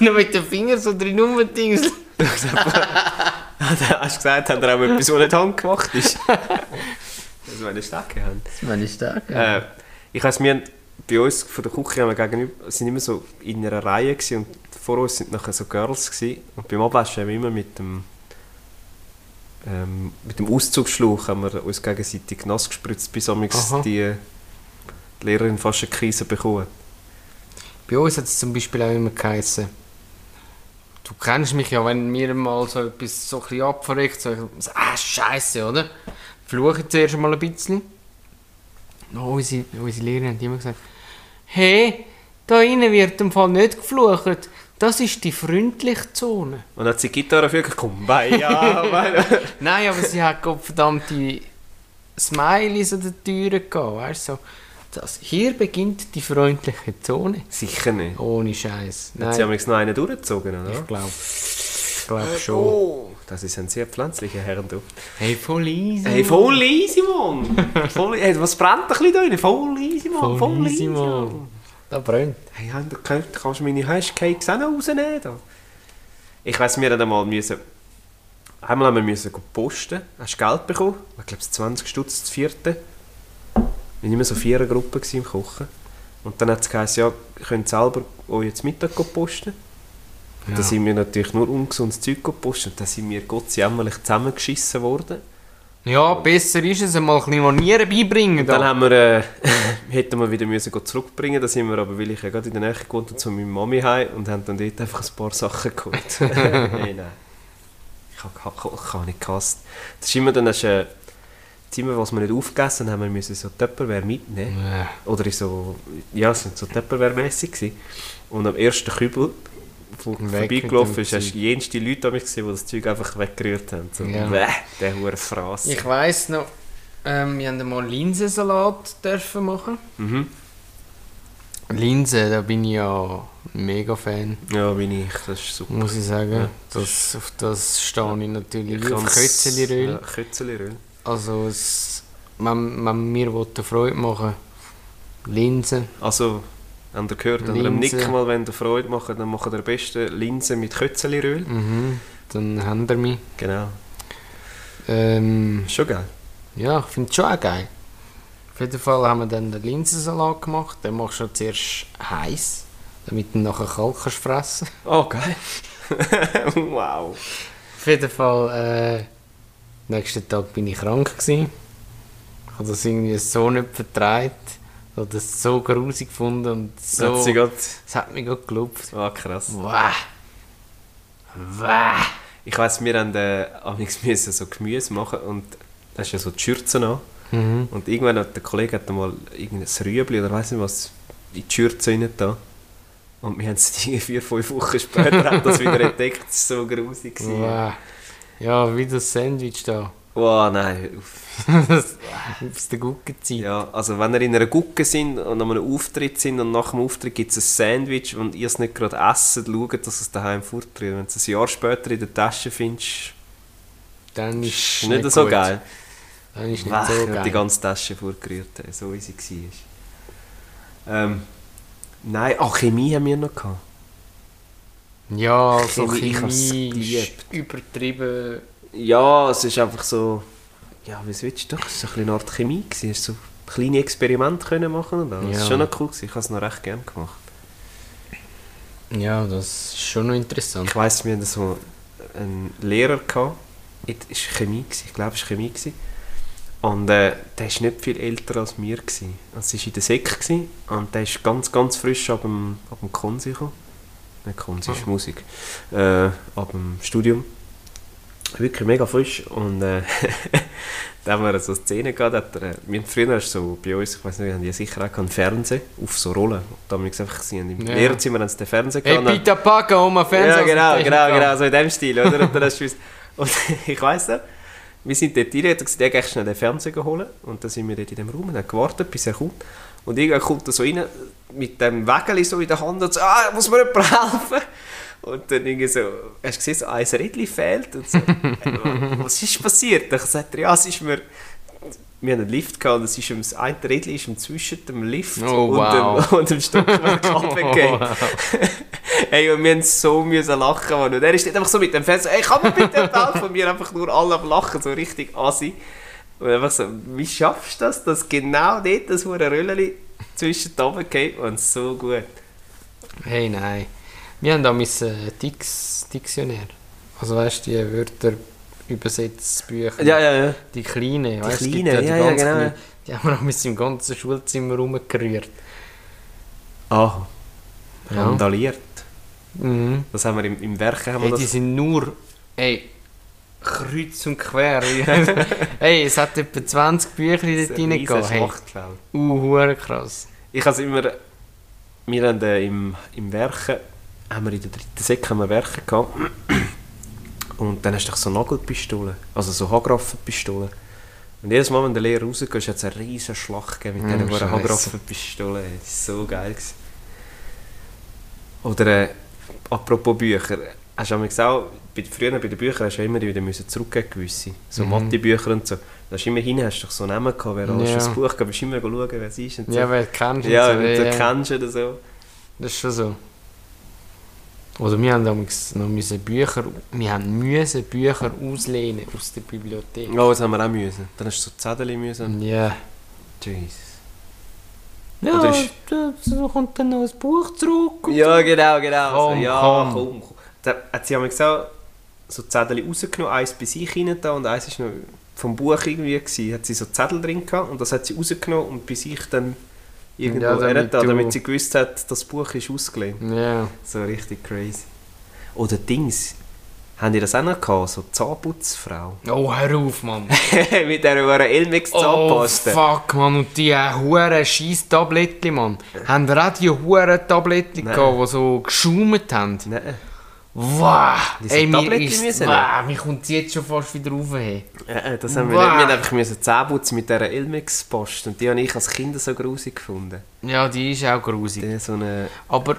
S1: er noch mit den Fingern so drin rumgedings.
S2: Hast du gesagt, hat er auch etwas, was nicht handgemacht ist? Das meine Stärke haben.
S1: Das meine ich stark.
S2: Äh, ich weiss, wir haben bei uns von der Küche haben wir gegenüber, sind immer so in einer Reihe gewesen und vor uns sind nachher so Girls gewesen. und beim Abwaschen haben wir immer mit dem ähm, mit dem Auszugsschlauch haben wir uns gegenseitig nass gespritzt, bis amigs
S1: Aha.
S2: die, die Lehrerin fast eine Krise bekommen. hat.
S1: Bei uns hat es zum Beispiel auch immer geheißen, du kennst mich ja, wenn mir mal so etwas so ein bisschen abverregt, so, ich- ah, scheiße, oder? Fluche zuerst mal ein bisschen. Oh, unsere, unsere Lehrer haben immer gesagt, hey, da innen wird im Fall nicht geflucht, das ist die freundliche Zone.
S2: Und dann hat sie die Gitarre für gekommen. Ja, weil
S1: Nein, aber sie hat verdammte Smileys an den Türen gehabt, weißt du? So, das, hier beginnt die freundliche Zone.
S2: sicher nicht.
S1: Ohne Scheiß.
S2: Hat sie amigs noch einen durchgezogen, oder?
S1: Ich glaube ich glaub schon.
S2: Oh, das ist ein sehr pflanzlicher Herrenduft.
S1: Hey, voll easy.
S2: Hey, voll easy, Mann! Voll, e- hey, was brennt ein bisschen da rein? Voll easy, Mann! Voll, easy, Mann!
S1: Da brennt.
S2: Hey, habt ihr gehört? kannst du meine Hashcakes auch noch rausnehmen? Da? Ich weiss, wir haben einmal müssen... Einmal haben wir müssen go posten. Hast du Geld bekommen? Ich glaube, 20 Stutz, das vierte. Wir waren immer so vier Gruppen im Kochen. Und dann hat es geheißen, ja, ihr könnt selber euch jetzt Mittag go posten. Und
S1: Ja.
S2: dann sind wir natürlich nur ungesundes Zeug gepostet. Und dann sind wir Gott sei Dank zusammengeschissen worden.
S1: Ja, besser ist es, mal ein bisschen Manieren beibringen.
S2: Und dann
S1: Da.
S2: haben wir, äh, hätten wir wieder müssen go zurückbringen Da sind wir aber, weil ich ja gerade in der Nähe gewohnt habe, zu meiner Mami heim und haben dann dort einfach ein paar Sachen geholt. hey, nein. Ich habe hab, hab, hab nicht gehasst. Das ist immer dann, hast, äh, das immer, was wir nicht aufgegessen haben, wir müssen so Töpperware mitnehmen.
S1: Ja.
S2: Oder in so, ja, es sind so Tupperware-mässig gewesen. Und am ersten Kübel, wo
S1: Weg mit
S2: vorbeigelaufen
S1: dem
S2: ist, hast
S1: Zeug.
S2: du jenste Leute an mich gesehen, die das Zeug einfach weggerührt haben. So,
S1: Ja.
S2: bäh, der hure Frass.
S1: Ich weiss noch, ähm, wir haben mal Linsensalat dürfen machen.
S2: Mhm.
S1: Linsen, da bin ich ja mega Fan,
S2: Ja, bin ich, das ist super.
S1: muss ich sagen.
S2: Ja.
S1: Das, auf das stehe ich natürlich.
S2: Ich
S1: auf
S2: kann's-
S1: Kötzelröll.
S2: Ja, Kötzelröll.
S1: Also, es, wenn, wenn wir wollten Freude machen Linsen.
S2: Also, habt ihr gehört, wenn ihr dem
S1: Linse.
S2: Nick mal wenn ihr Freude macht, dann macht ihr am besten Linsen mit Kötzelröll.
S1: Mhm. dann haben wir mich.
S2: Genau.
S1: Ähm,
S2: Schon geil.
S1: ja, ich finde es schon auch geil. Auf jeden Fall haben wir dann den Linsensalat gemacht. Den machst du zuerst heiß, damit du ihn nachher kalt kannst fressen
S2: Oh, geil. wow.
S1: Auf jeden Fall, äh, nächsten Tag bin ich krank gewesen. Ich habe das irgendwie so nicht vertreibt. Ich habe das so grusig gefunden und so.
S2: Hat sie grad-
S1: Es hat mich gut gelupft.
S2: Ah, krass.
S1: Wow. Wow.
S2: Ich weiss, wir haben äh, amigs müssen so Gemüse machen und da ist ja so die Schürze an.
S1: Mhm.
S2: Und irgendwann hat der Kollege hat mal irgendein Rüebli oder weiss nicht was in die Schürze rein da. Und wir haben es irgendwie vier, fünf Wochen später haben das wieder entdeckt. Es war so grusig. Wow.
S1: wow. Ja, wie das Sandwich da.
S2: wow, nein. Uff.
S1: das, aus der Guckenzeit.
S2: Ja, also wenn ihr in einer Gucke sind und an einem Auftritt sind und nach dem Auftritt gibt es ein Sandwich und ihr es nicht gerade esset, schaut, dass ihr es daheim vortritt. Wenn du es ein Jahr später in der Tasche findest,
S1: Dann ist
S2: ist
S1: es
S2: nicht, so
S1: gut.
S2: geil.
S1: Dann ist nicht
S2: Wach,
S1: so
S2: ich hab die
S1: geil.
S2: ganze Tasche vorgerührt, ey, so wie sie war. Ähm, nein, ach, Chemie haben wir noch gehabt.
S1: Ja, so
S2: Chemie, ich hab's
S1: Chemie
S2: geliebt.
S1: ist übertrieben.
S2: Ja, es ist einfach so. Ja, wie willst du doch? Es war so eine Art Chemie. gewesen. Hast so kleine Experimente können machen und alles.
S1: Ja.
S2: Das war schon noch cool. gewesen. Ich habe es noch recht gerne gemacht.
S1: Ja, das ist schon noch interessant.
S2: Ich weiss, wir hatten so einen Lehrer, gehabt. das war Chemie, gewesen. ich glaube, es war Chemie. Gewesen. Und äh, der war nicht viel älter als wir. Gewesen. Also, es war in der Sek gewesen, und der ist ganz, ganz frisch ab dem, ab dem Konsi gekommen. Nicht Konsi, ist Musik. Äh, ab dem Studium. Wirklich mega frisch. Und äh, da haben wir so Szenen gehabt. Hat er, äh, wir haben früher hast du so bei uns, ich weiß nicht, wir haben ja sicher auch einen Fernseher auf so Rollen. Und da haben wir einfach, sie haben im
S1: Ja.
S2: Lehrerzimmer haben sie den Fernseher
S1: Hey,
S2: und dann-
S1: Pita Paca, Oma Fernseher.
S2: ja, genau, genau, genau, so in dem Stil, oder? Und, dann hast du uns- und ich weiss noch, wir sind dort rein, hat er gesagt, ja, geh schnell den Fernseher holen. Und dann sind wir dort in dem Raum und haben gewartet, bis er kommt. Und irgendwann kommt er so rein, mit dem Wägeli so in der Hand und so, ah, muss mir jemand helfen? Und dann irgendwie so, hast du gesehen, so ein Rädchen fehlt und so, Äh, was ist passiert? Dann sagt er, ja, es ist mir, wir haben einen Lift gehabt und es ist ihm, das eine Rädchen ist ihm zwischen dem Lift
S1: Oh,
S2: und,
S1: wow. Oh,
S2: dem, und dem Stockwerk abgegeben. Hey, und wir haben so müssen lachen, Mann. Und er ist nicht einfach so mit dem Fernseher, hey, kann man bitte jemand helfen? Und wir einfach nur alle am Lachen, so richtig assi. Und einfach so, wie schaffst du das, dass genau dort das hure Röllchen zwischen die Oben geht? Und so gut. genau.
S1: Hey, nein. Wir haben da müssen Dix Diktionär. Also weißt du, die Wörter übersetzt Bücher.
S2: ja, ja.
S1: Die kleinen, weißt, es gibt
S2: kleinen, ja, ja,
S1: ganz
S2: genau.
S1: kleinen. Die haben wir auch mit im ganzen Schulzimmer rumgerührt.
S2: Ah,
S1: Ja.
S2: randaliert.
S1: Mhm.
S2: Das haben wir im, im Werk haben
S1: Hey,
S2: wir
S1: die
S2: das.
S1: sind nur ey, kreuz und quer. hey, es hat etwa 20 Bücher
S2: das
S1: dort
S2: ist ein riesen
S1: reingegangen. Hey,
S2: Schlachtfeld.
S1: uh, hure krass.
S2: Ich habe immer, wir haben äh, im, im Werken, haben wir in der dritten Säcke haben wir Werken gehabt. Und dann hast du doch so Nagelpistolen, also so Haargraffenpistolen. Und jedes Mal, wenn der Lehrer rausgeht, hat es eine riesen Schlacht gegeben mit
S1: Mm,
S2: diesen
S1: Scheisse.
S2: mm, Haargraffenpistolen. ey. Das war so geil. Gewesen. Oder, äh, apropos Bücher, hast du manchmal auch, bei, früher bei den Büchern hast du ja immer wieder müssen zurückgeben gewisse, so
S1: Mhm.
S2: Mathe-Bücher und so. Da hast du immer hin, hast du doch so Namen gehabt, wer alles
S1: Ja.
S2: schon das Buch gehabt, bist immer schauen, wer es ist und so.
S1: Ja, wer kennst du
S2: Ja,
S1: so,
S2: wenn du
S1: ja,
S2: den kennst oder so.
S1: Das ist schon so. Oder wir haben damals noch müssen Bücher, wir haben müssen Bücher auslehnen aus der Bibliothek.
S2: Ja, Oh, das haben wir auch müssen. Dann hast du so Zettel müssen.
S1: Ja.
S2: Jesus.
S1: Ja,
S2: Oder ist-
S1: da, da kommt dann noch ein Buch zurück.
S2: Ja, genau, genau.
S1: Komm,
S2: so, ja,
S1: komm.
S2: komm. komm, Da hat sie haben gesagt, so Zettel rausgenommen, eins bei sich rein da und eins war noch vom Buch irgendwie. Gewesen. Hat sie so Zettel drin gehabt und das hat sie rausgenommen und bei sich dann irgendwo
S1: Ja,
S2: ja,
S1: damit
S2: damit, da,
S1: du-
S2: damit sie gewusst hat, das Buch ist ausgelehnt.
S1: Ja.
S2: So richtig crazy. Oder Dings. Haben die das auch noch gehabt? So Zahnputzfrau.
S1: Oh, hör auf, Mann.
S2: Mit dieser Elmex
S1: Oh,
S2: Zahnpaste.
S1: fuck, Mann. Und die äh, huren scheiß Tablettchen, Mann. Haben wir auch die huren Tablettchen
S2: Nein.
S1: gehabt, die so geschaumt haben?
S2: Nein.
S1: Wow.
S2: Die sind
S1: mir
S2: Tablettchen
S1: ist-
S2: müssen.
S1: wow, mir kommt es jetzt schon fast wieder rauf. Hey.
S2: Äh, äh, das haben wir
S1: Wow.
S2: nicht. Wir haben einfach müssen Zähne putzen mit dieser Ilmex-Post. Und die habe ich als Kind so grusig gefunden.
S1: Ja, die ist auch grusig.
S2: Die so eine...
S1: Aber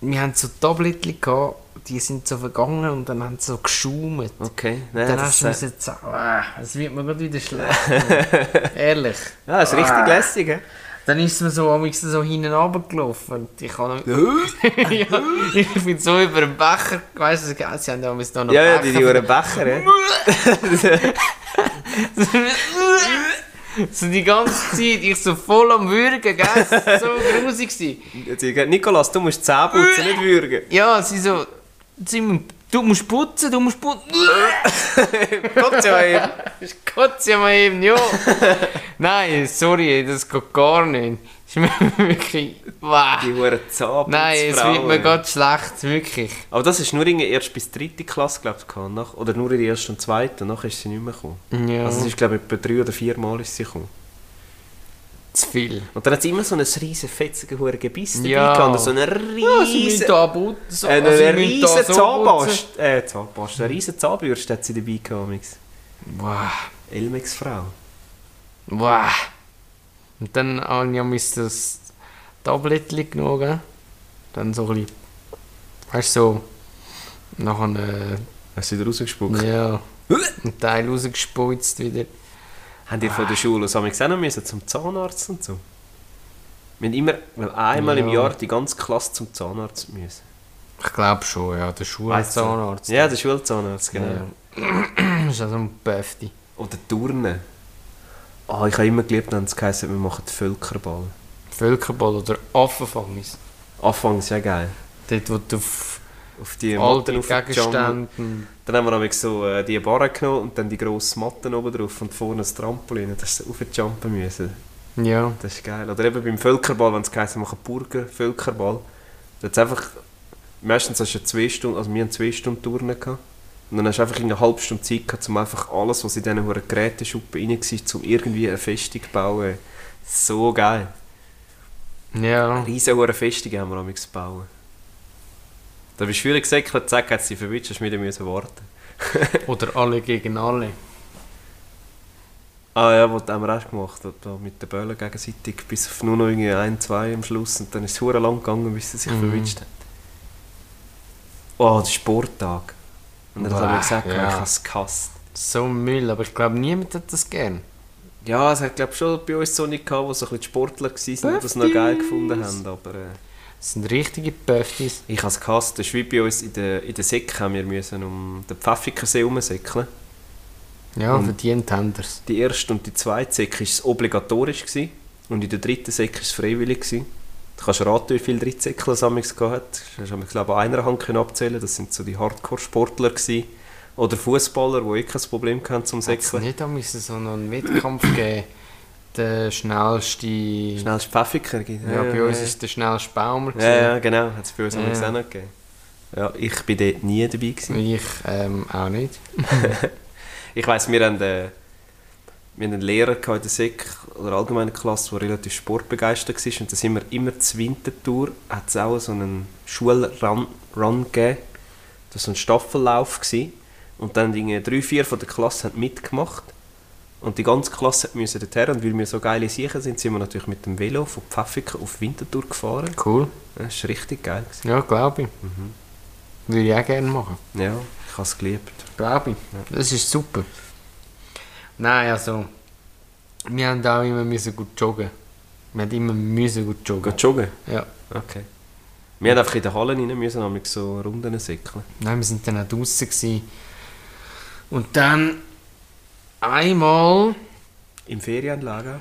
S1: wir hatten so Tabletten, gehabt, die sind so vergangen und dann haben sie so geschaumt.
S2: Okay.
S1: Ja,
S2: Nein,
S1: dann
S2: das,
S1: hast
S2: äh,
S1: du müssen Ah, zahlen. Es wird mir gerade wieder schlecht. Ehrlich.
S2: ja, das ist richtig lässig. hä?
S1: Dann ist es mir so am liebsten so hinten runtergelaufen. Und ich habe noch- ja, ich bin so über den Becher, weißt du, sie haben ja da noch
S2: Ja, ja, die
S1: Becher
S2: Jure Becher, ja.
S1: so die ganze Zeit, ich so voll am Würgen, gell? So grusig gsi.
S2: Jetzt hat gesagt, Nikolas, du musst Zähne putzen, nicht würgen.
S1: Ja, sie so, Simon, du musst putzen, du musst putzen.
S2: Kommt ja eben.
S1: Das kotzt ja mal eben, ja. Nein, sorry, das geht gar nicht. Ist mir wirklich, wow.
S2: Die Hure Zähne
S1: Nein, es wird mir gerade schlecht, wirklich.
S2: Aber das ist nur in der ersten bis dritten Klasse, glaube ich, gehabt. Nach, oder nur in der ersten und zweiten. Nachher ist sie nicht mehr gekommen.
S1: Ja,
S2: Also es ist, glaube ich, etwa drei oder vier Mal ist sie gekommen.
S1: zu viel.
S2: Und dann hat sie immer so ein riesen, fetzigen, hohen Gebiss dabei
S1: Ja.
S2: gehabt. und So eine
S1: Ja, sie
S2: riesen...
S1: müssen da putzen. So,
S2: Äh,
S1: also sie
S2: eine
S1: müssen da
S2: riesen
S1: so putzen.
S2: Zahnbast. Äh, Zahnbast. Eine riesen Zahnbürste hat sie dabei gehabt. Mix.
S1: Wow,
S2: Elmex-Frau.
S1: wow. Und dann habe ich mir das Tablettchen genommen, gell? Dann so ein bisschen, weißt du, so, nachher,
S2: Hast du wieder rausgespuckt?
S1: äh, ja, einen Teil rausgespeuzt wieder.
S2: Habt ihr von der Schule aus Amix auch noch müssen, zum Zahnarzt und so? Wir haben immer, weil einmal im
S1: Ja.
S2: Jahr die ganze Klasse zum Zahnarzt müssen.
S1: Ich glaube schon, ja, der Schulzahnarzt.
S2: Ja, der Schulzahnarzt, genau.
S1: Ja. Das ist also ein Böfti.
S2: Oder Turnen. Ah, ich habe immer geliebt, wenn es geheißen wir machen den Völkerball.
S1: Völkerball oder Affenfangis.
S2: Anfangs ja geil.
S1: Dort, wo du auf
S2: Auf die
S1: alte
S2: raufgejumpt.
S1: Gegenstände...
S2: Dann haben wir nämlich so äh, die Barren genommen und dann die grossen Matten oben drauf und vorne ein Trampolin. Und das hast du so raufjumpen müssen.
S1: Ja.
S2: Das ist geil. Oder eben beim Völkerball, wenn es geheißen machen Burger, Völkerball. Da hat's einfach, meistens hast du ja zwei Stunden, also wir haben zwei Stunden Turnen gehabt. Und dann hast du einfach in einer halben Stunde Zeit gehabt, um einfach alles, was in diesen hohen Geräteschuppen rein war, um irgendwie eine Festung zu bauen. So geil.
S1: Ja.
S2: Eine riesen hohe Festung haben wir am gebaut. Da bist du früher gesäckelt, zack, hat sie verwitscht, hast wieder müssen warten.
S1: Oder alle gegen alle.
S2: Ah ja, was haben wir auch gemacht, da- da mit den Böllen gegenseitig, bis auf nur noch irgendwie ein, zwei am Schluss und dann ist es hure lang gegangen, bis sie sich
S1: Mhm.
S2: verwünscht hat. Oh, der Sporttag. Und dann haben wir
S1: Bäh,
S2: gesagt,
S1: ja.
S2: ich habe es gehasst.
S1: So Müll, aber ich glaube, niemand hat das gern.
S2: Ja, es hat glaube schon bei uns so nicht gehabt, die so ein bisschen die Sportler waren und das noch geil gefunden haben, aber äh,
S1: Das sind richtige Böftis.
S2: ich habe es gehasst. Das ist wie bei uns in der, in der Säcke, haben wir müssen um den Pfäffikernsee herumsäckeln.
S1: Ja,
S2: Und-
S1: verdient haben das.
S2: Die erste und die zweite Säcke war es obligatorisch gewesen, und in der dritten Säcke war es freiwillig. Gewesen. Du kannst raten, wie viele Drittsäckel es amigs gehabt hat. Das haben wir, glaube ich, an einer Hand können abzählen Das sind so die Hardcore-Sportler gewesen. Oder Fußballer, die eh kein Problem hatten zum
S1: Es
S2: Säckeln.
S1: nicht da müssen so noch einen Wettkampf geben. Der schnellste...
S2: Schnellst Pfeffiker gibt.
S1: ja, bei uns war es der schnellste Baumer.
S2: Ja, ja, genau. Hat es bei uns
S1: Ja,
S2: amigs
S1: ja.
S2: auch noch gegeben. Ja, ich war dort nie dabei. Gewesen.
S1: Ich ähm, auch nicht.
S2: Ich weiss, wir haben, äh, wir haben einen Lehrer gehabt in der Sek oder allgemeinen Klasse, der relativ sportbegeistert war. Und da sind wir immer zur Wintertour, hat es auch so einen Schulrun Run gegeben. Das war so ein Staffellauf. Gewesen. Und dann irgendwie drei, vier von der Klasse haben mitgemacht. Und die ganze Klasse musste dorthin. Und weil wir so geile Sicher sind, sind wir natürlich mit dem Velo von Pfäffiken auf Winterthur gefahren.
S1: Cool.
S2: Das war richtig geil. Gewesen.
S1: Ja, glaube ich.
S2: Mhm.
S1: Würde ich auch gerne machen.
S2: Ja, ich habe es geliebt.
S1: Glaube ich. Das ist super. Nein, also. Wir haben auch immer müssen gut joggen. Wir haben immer müssen gut joggen.
S2: Geht joggen?
S1: Ja.
S2: Okay. Wir haben einfach in der Halle rein müssen, haben so Runden säckeln.
S1: Nein, wir sind dann auch draußen. Gewesen. Und dann einmal,
S2: Im Ferienlager?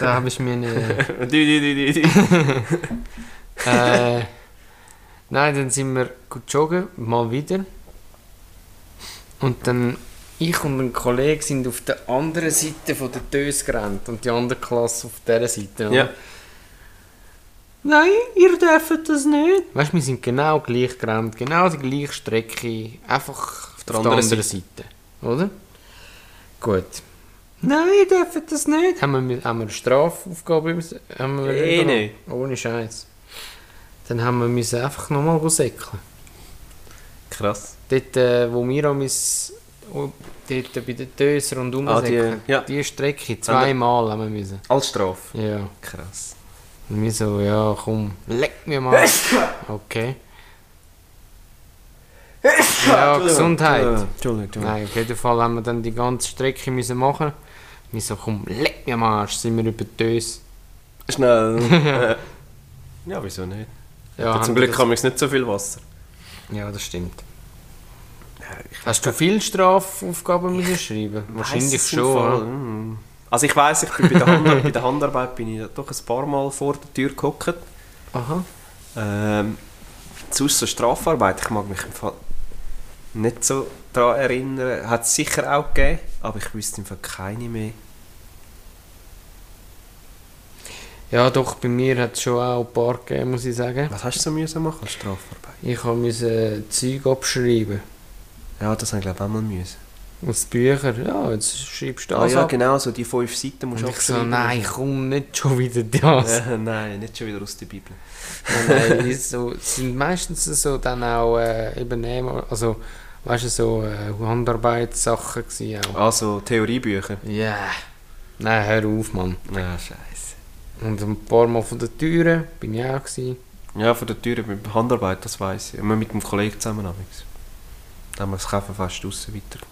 S1: da habe ich mir eine.
S2: du, du, du, du, du.
S1: Äh, nein, dann sind wir gut joggen, mal wieder. Und dann ich und ein Kollege sind auf der anderen Seite von der Töse gerannt und die andere Klasse auf dieser Seite. oder?
S2: Ja.
S1: Nein, ihr dürft das nicht. Weißt du, wir sind genau gleich gerannt, genau die gleiche Strecke, einfach auf der, anderen, Seite. Oder? Gut. Nein, ihr dürft das nicht. Haben wir, haben wir eine Strafaufgabe? müssen- Haben wir
S2: Eh
S1: übernommen?
S2: nicht.
S1: Ohne Scheiß. Dann haben wir müssen einfach nochmal säckeln.
S2: Krass.
S1: Dort, äh, wo wir am mis- oh, dort bei den Döser und
S2: Ah, die-
S1: umsäckeln.
S2: ja.
S1: die Strecke zweimal haben wir müssen.
S2: Als Strafe?
S1: Ja.
S2: Krass.
S1: Und wir so, ja, komm, leck mir mal. Okay. Ja, Gesundheit.
S2: Entschuldigung, Entschuldigung.
S1: Nein, auf jeden Fall haben wir dann die ganze Strecke müssen machen. Wir so, komm, leck mir mal, Arsch, sind wir über die Döse.
S2: Schnell. äh, ja, wieso nicht?
S1: Ja,
S2: Aber zum
S1: haben wir
S2: Glück haben wir nicht so viel Wasser.
S1: das- Ja, das stimmt. Hast du viele Strafaufgaben müssen schreiben? Wahrscheinlich
S2: Weiss es im
S1: schon.
S2: Fall,
S1: oder?
S2: mm. Also ich weiß, ich bin bei der, Hand, bei der Handarbeit bin ich doch ein paar Mal vor der Tür gehockt.
S1: Aha.
S2: Ähm, sonst so Strafarbeit, ich mag mich im Fall nicht so daran erinnern. Hat es sicher auch gegeben, aber ich wüsste im Fall keine mehr.
S1: Ja, doch, bei mir hat es schon auch ein paar gegeben, muss ich sagen.
S2: Was hast du so müssen machen als Strafarbeit?
S1: Ich musste Zeug abschreiben.
S2: Ja, das haben glaube ich auch mal müssen.
S1: Aus Büchern. Ja, jetzt schreibst du
S2: Ah
S1: das
S2: ja,
S1: ab.
S2: genau, so die fünf Seiten musst
S1: Und
S2: du
S1: ich so,
S2: abschreiben.
S1: nein, komm, nicht schon wieder das.
S2: Äh, nein, nicht schon wieder aus der Bibel.
S1: Nein, nein, ist so, sind meistens so dann auch äh, übernehmen, also weißt du, so äh, Handarbeitssachen gsi auch.
S2: Also Theoriebücher.
S1: Ja. Nein, hör auf, Mann.
S2: Ja, scheiße.
S1: Und ein paar Mal von der Türe bin ich auch gsi.
S2: Ja, von der Tür mit der Handarbeit, das weiß ich. Immer mit dem Kollegen zusammen amigs. Dann haben wir das Käfer fast draussen weitergemacht.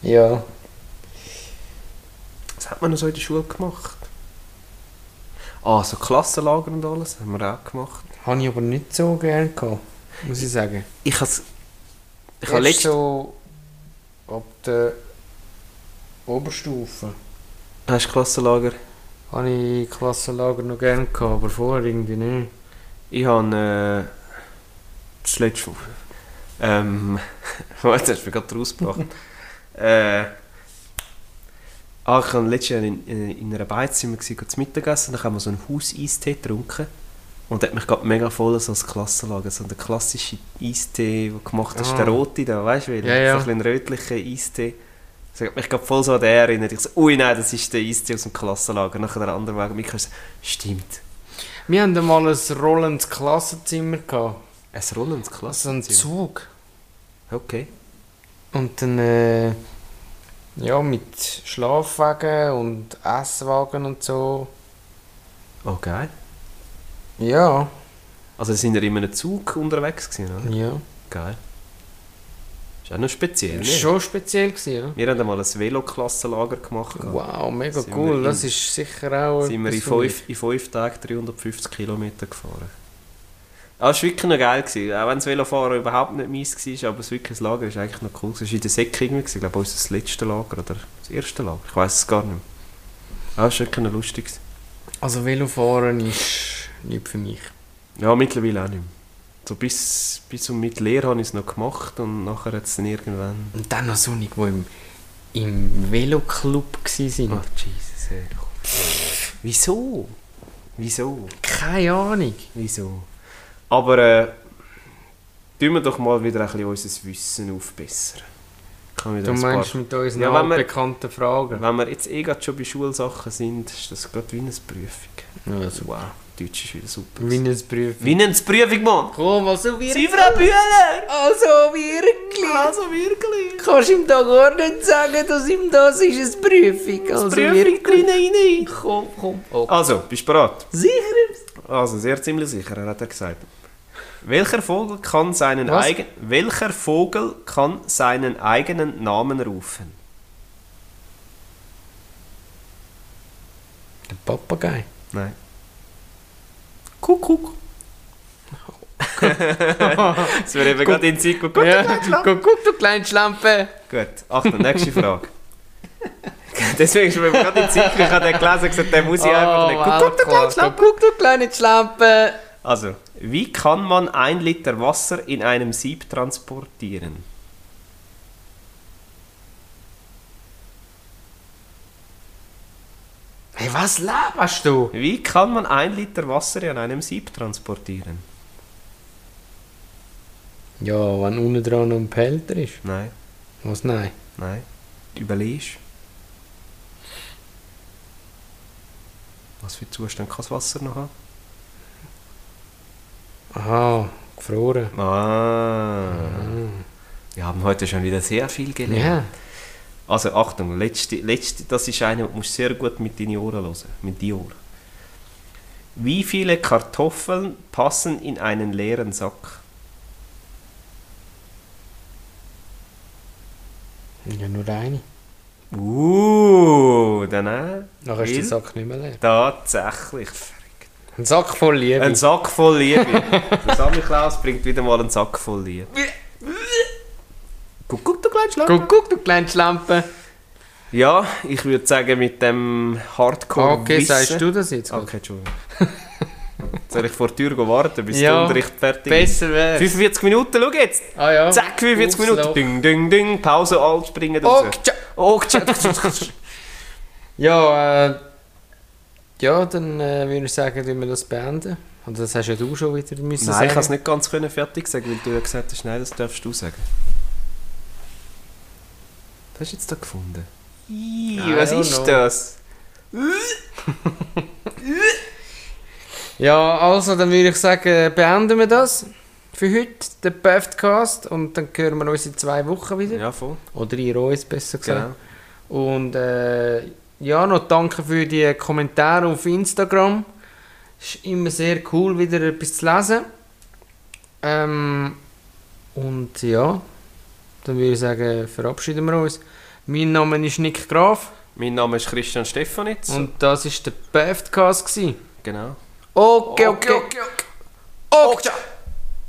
S1: Ja.
S2: Was hat man noch so in der Schule gemacht? Ah, so Klassenlager und alles haben wir auch gemacht.
S1: Habe ich aber nicht so gern gehabt, muss ich sagen.
S2: Ich has, ich
S1: Erst
S2: habe letztes
S1: so ab der Oberstufe
S2: hast du Klassenlager.
S1: habe ich Klassenlager noch gern gehabt, aber vorher irgendwie nicht.
S2: Ich habe äh, das letzte ähm, jetzt hast du mich gerade rausgebracht. äh, ah, ich war letztes Jahr in, in, in einer Beizimmer zu Mittagessen, dann haben wir so einen Hauseistee getrunken und hat mich gerade mega voll so als Klassenlager, so der klassische Eistee, den du gemacht hast,
S1: Ah.
S2: der rote da, weißt du,
S1: Ja, ja.
S2: so ein bisschen rötlicher Eistee. Das hat mich gerade voll so an den erinnert. Ich so, ui nein, das ist der Eistee aus dem Klassenlager. Nachher der andere Weg, mich so, stimmt.
S1: Wir haben mal ein rollendes Klassenzimmer gehabt.
S2: Ein rollendes
S1: Also ein
S2: Klassenzimmer.
S1: Zug.
S2: Okay.
S1: Und dann, äh, ja, mit Schlafwagen und Esswagen und so.
S2: Oh, geil.
S1: Ja,
S2: Also sind wir in einem Zug unterwegs gewesen, oder?
S1: ja.
S2: Geil. Ist auch noch speziell, ne?
S1: Ist schon speziell gewesen,
S2: Wir haben mal ein Veloklassenlager gemacht.
S1: ja?
S2: gehabt.
S1: Wow, mega
S2: Sind wir
S1: cool.
S2: in-
S1: das ist sicher auch.
S2: Sind wir in
S1: etwas für mich.
S2: fünf, in fünf Tagen 350 Kilometer gefahren. Ah, es war wirklich noch geil. Gewesen. Auch wenn das Velofahren überhaupt nicht meins war, aber es wirklich das Lager ist eigentlich noch cool. gewesen. Es war in der Säcke irgendwie, gewesen, glaube ich, unser letztes Lager oder das erste Lager. Ich weiß es gar nicht mehr. Ah, es war wirklich noch lustig. gewesen.
S1: Also, Velofahren ist nicht für mich.
S2: Ja, mittlerweile auch nicht mehr. So bis, bis und mit Lehre habe ich es noch gemacht und nachher hat es dann irgendwann...
S1: Und dann noch so nicht, wo im, im Veloclub waren.
S2: Ach, Oh, Jesus, ey. Wieso? Wieso?
S1: Keine Ahnung.
S2: Wieso? Aber äh, tun wir doch mal wieder ein bisschen unser Wissen aufbessern. Ich habe wieder
S1: Du
S2: ein paar-
S1: meinst mit unseren
S2: Ja, wenn wir-
S1: altbekannten Fragen?
S2: Wenn wir jetzt eh gerade schon bei Schulsachen sind, ist das gerade wie eine Prüfung. Also,
S1: Ja, so.
S2: Wow, Deutsch ist wieder super.
S1: Winnensprüfung.
S2: Wie eine Prüfung, Mann!
S1: Komm, also wir.
S2: Frau Bühler!
S1: Also wirklich.
S2: Also wirklich!
S1: Kannst ihm da gar nicht sagen, dass ihm das ist eine Prüfung. Also wirklich.
S2: rein,
S1: Komm, komm. Oh.
S2: Also, bist du bereit?
S1: Sicher?
S2: Also, sehr ziemlich sicher, er hat er gesagt. Welcher Vogel kann seinen
S1: Was?
S2: eigenen Welcher Vogel kann seinen eigenen Namen rufen?
S1: Der Papagei.
S2: Nein. Kuckuck. Es wäre eben gerade in den Sinn gekommen.
S1: Ja, guck, guck, du kleine Schlampe.
S2: Gut, Achtung, nächste Frage. Deswegen ist mir eben gerade in den Sinn gekommen, ich habe den gelesen und gesagt, den muss
S1: Oh,
S2: ich einfach nicht. Guck, guck, du kleine Schlampe.
S1: Guck, du kleine Schlampe.
S2: Also, wie kann man ein Liter Wasser in einem Sieb transportieren?
S1: Hey, was laberst du?
S2: Wie kann man ein Liter Wasser in einem Sieb transportieren?
S1: Ja, wenn unten dran noch ein Pelter ist.
S2: Nein,
S1: Was? Nein.
S2: nein. Überlegst. Was für Zustand kann das Wasser noch haben?
S1: Aha, gefroren.
S2: Ah. Wir haben heute schon wieder sehr viel
S1: Ja.
S2: gelernt. Also Achtung, letzte, letzte, das ist eine, du musst sehr gut mit deinen Ohren hören, mit die Ohren. Wie viele Kartoffeln passen in einen leeren Sack?
S1: Ja, nur eine.
S2: Uh, dann äh.
S1: Nachher ist der
S2: Weil-
S1: Sack nicht mehr leer.
S2: Tatsächlich. verrückt.
S1: Ein Sack voll Liebe.
S2: Ein Sack voll Liebe. der Samichlaus bringt wieder mal einen Sack voll Liebe. Guck, guck, du kleines Schlag.
S1: guck, guck, du kleine Schlampe.
S2: Ja, ich würde sagen, mit dem hardcore
S1: okay, sagst du das jetzt?
S2: Okay, Entschuldigung. Soll ich vor die Tür warten, bis
S1: Ja,
S2: der Unterricht fertig ist?
S1: Besser wäre.
S2: 45 Minuten, schau jetzt!
S1: Ah ja.
S2: Zack, 45 Minuten.
S1: Auflauf.
S2: Ding, ding, ding. Pause, alt, springen raus.
S1: Okay.
S2: Okay. tsch-
S1: Ja, äh, ja, dann äh, würde ich sagen, dass wir das beenden. Und das hast ja du schon wieder müssen
S2: Nein, ich kann es
S1: sagen.
S2: nicht ganz können fertig sagen, weil du ja gesagt hast, nein, das darfst du sagen. Das hast du jetzt da gefunden. Ii,
S1: I
S2: was
S1: don't
S2: ist
S1: know.
S2: das?
S1: Ja, also, dann würde ich sagen, beenden wir das für heute, den Podcast. Und dann hören wir uns in zwei Wochen wieder.
S2: Ja, voll.
S1: Oder in uns, besser gesagt.
S2: Genau.
S1: Und äh, ja, noch danke für die Kommentare auf Instagram. Ist immer sehr cool, wieder etwas zu lesen. Ähm, und ja, dann würde ich sagen, verabschieden wir uns. Mein Name ist Nick Graf
S2: Mein Name ist Christian Stefanitz.
S1: und das war der Podcast.
S2: genau.
S1: Okay, okay, okay. okay. okay.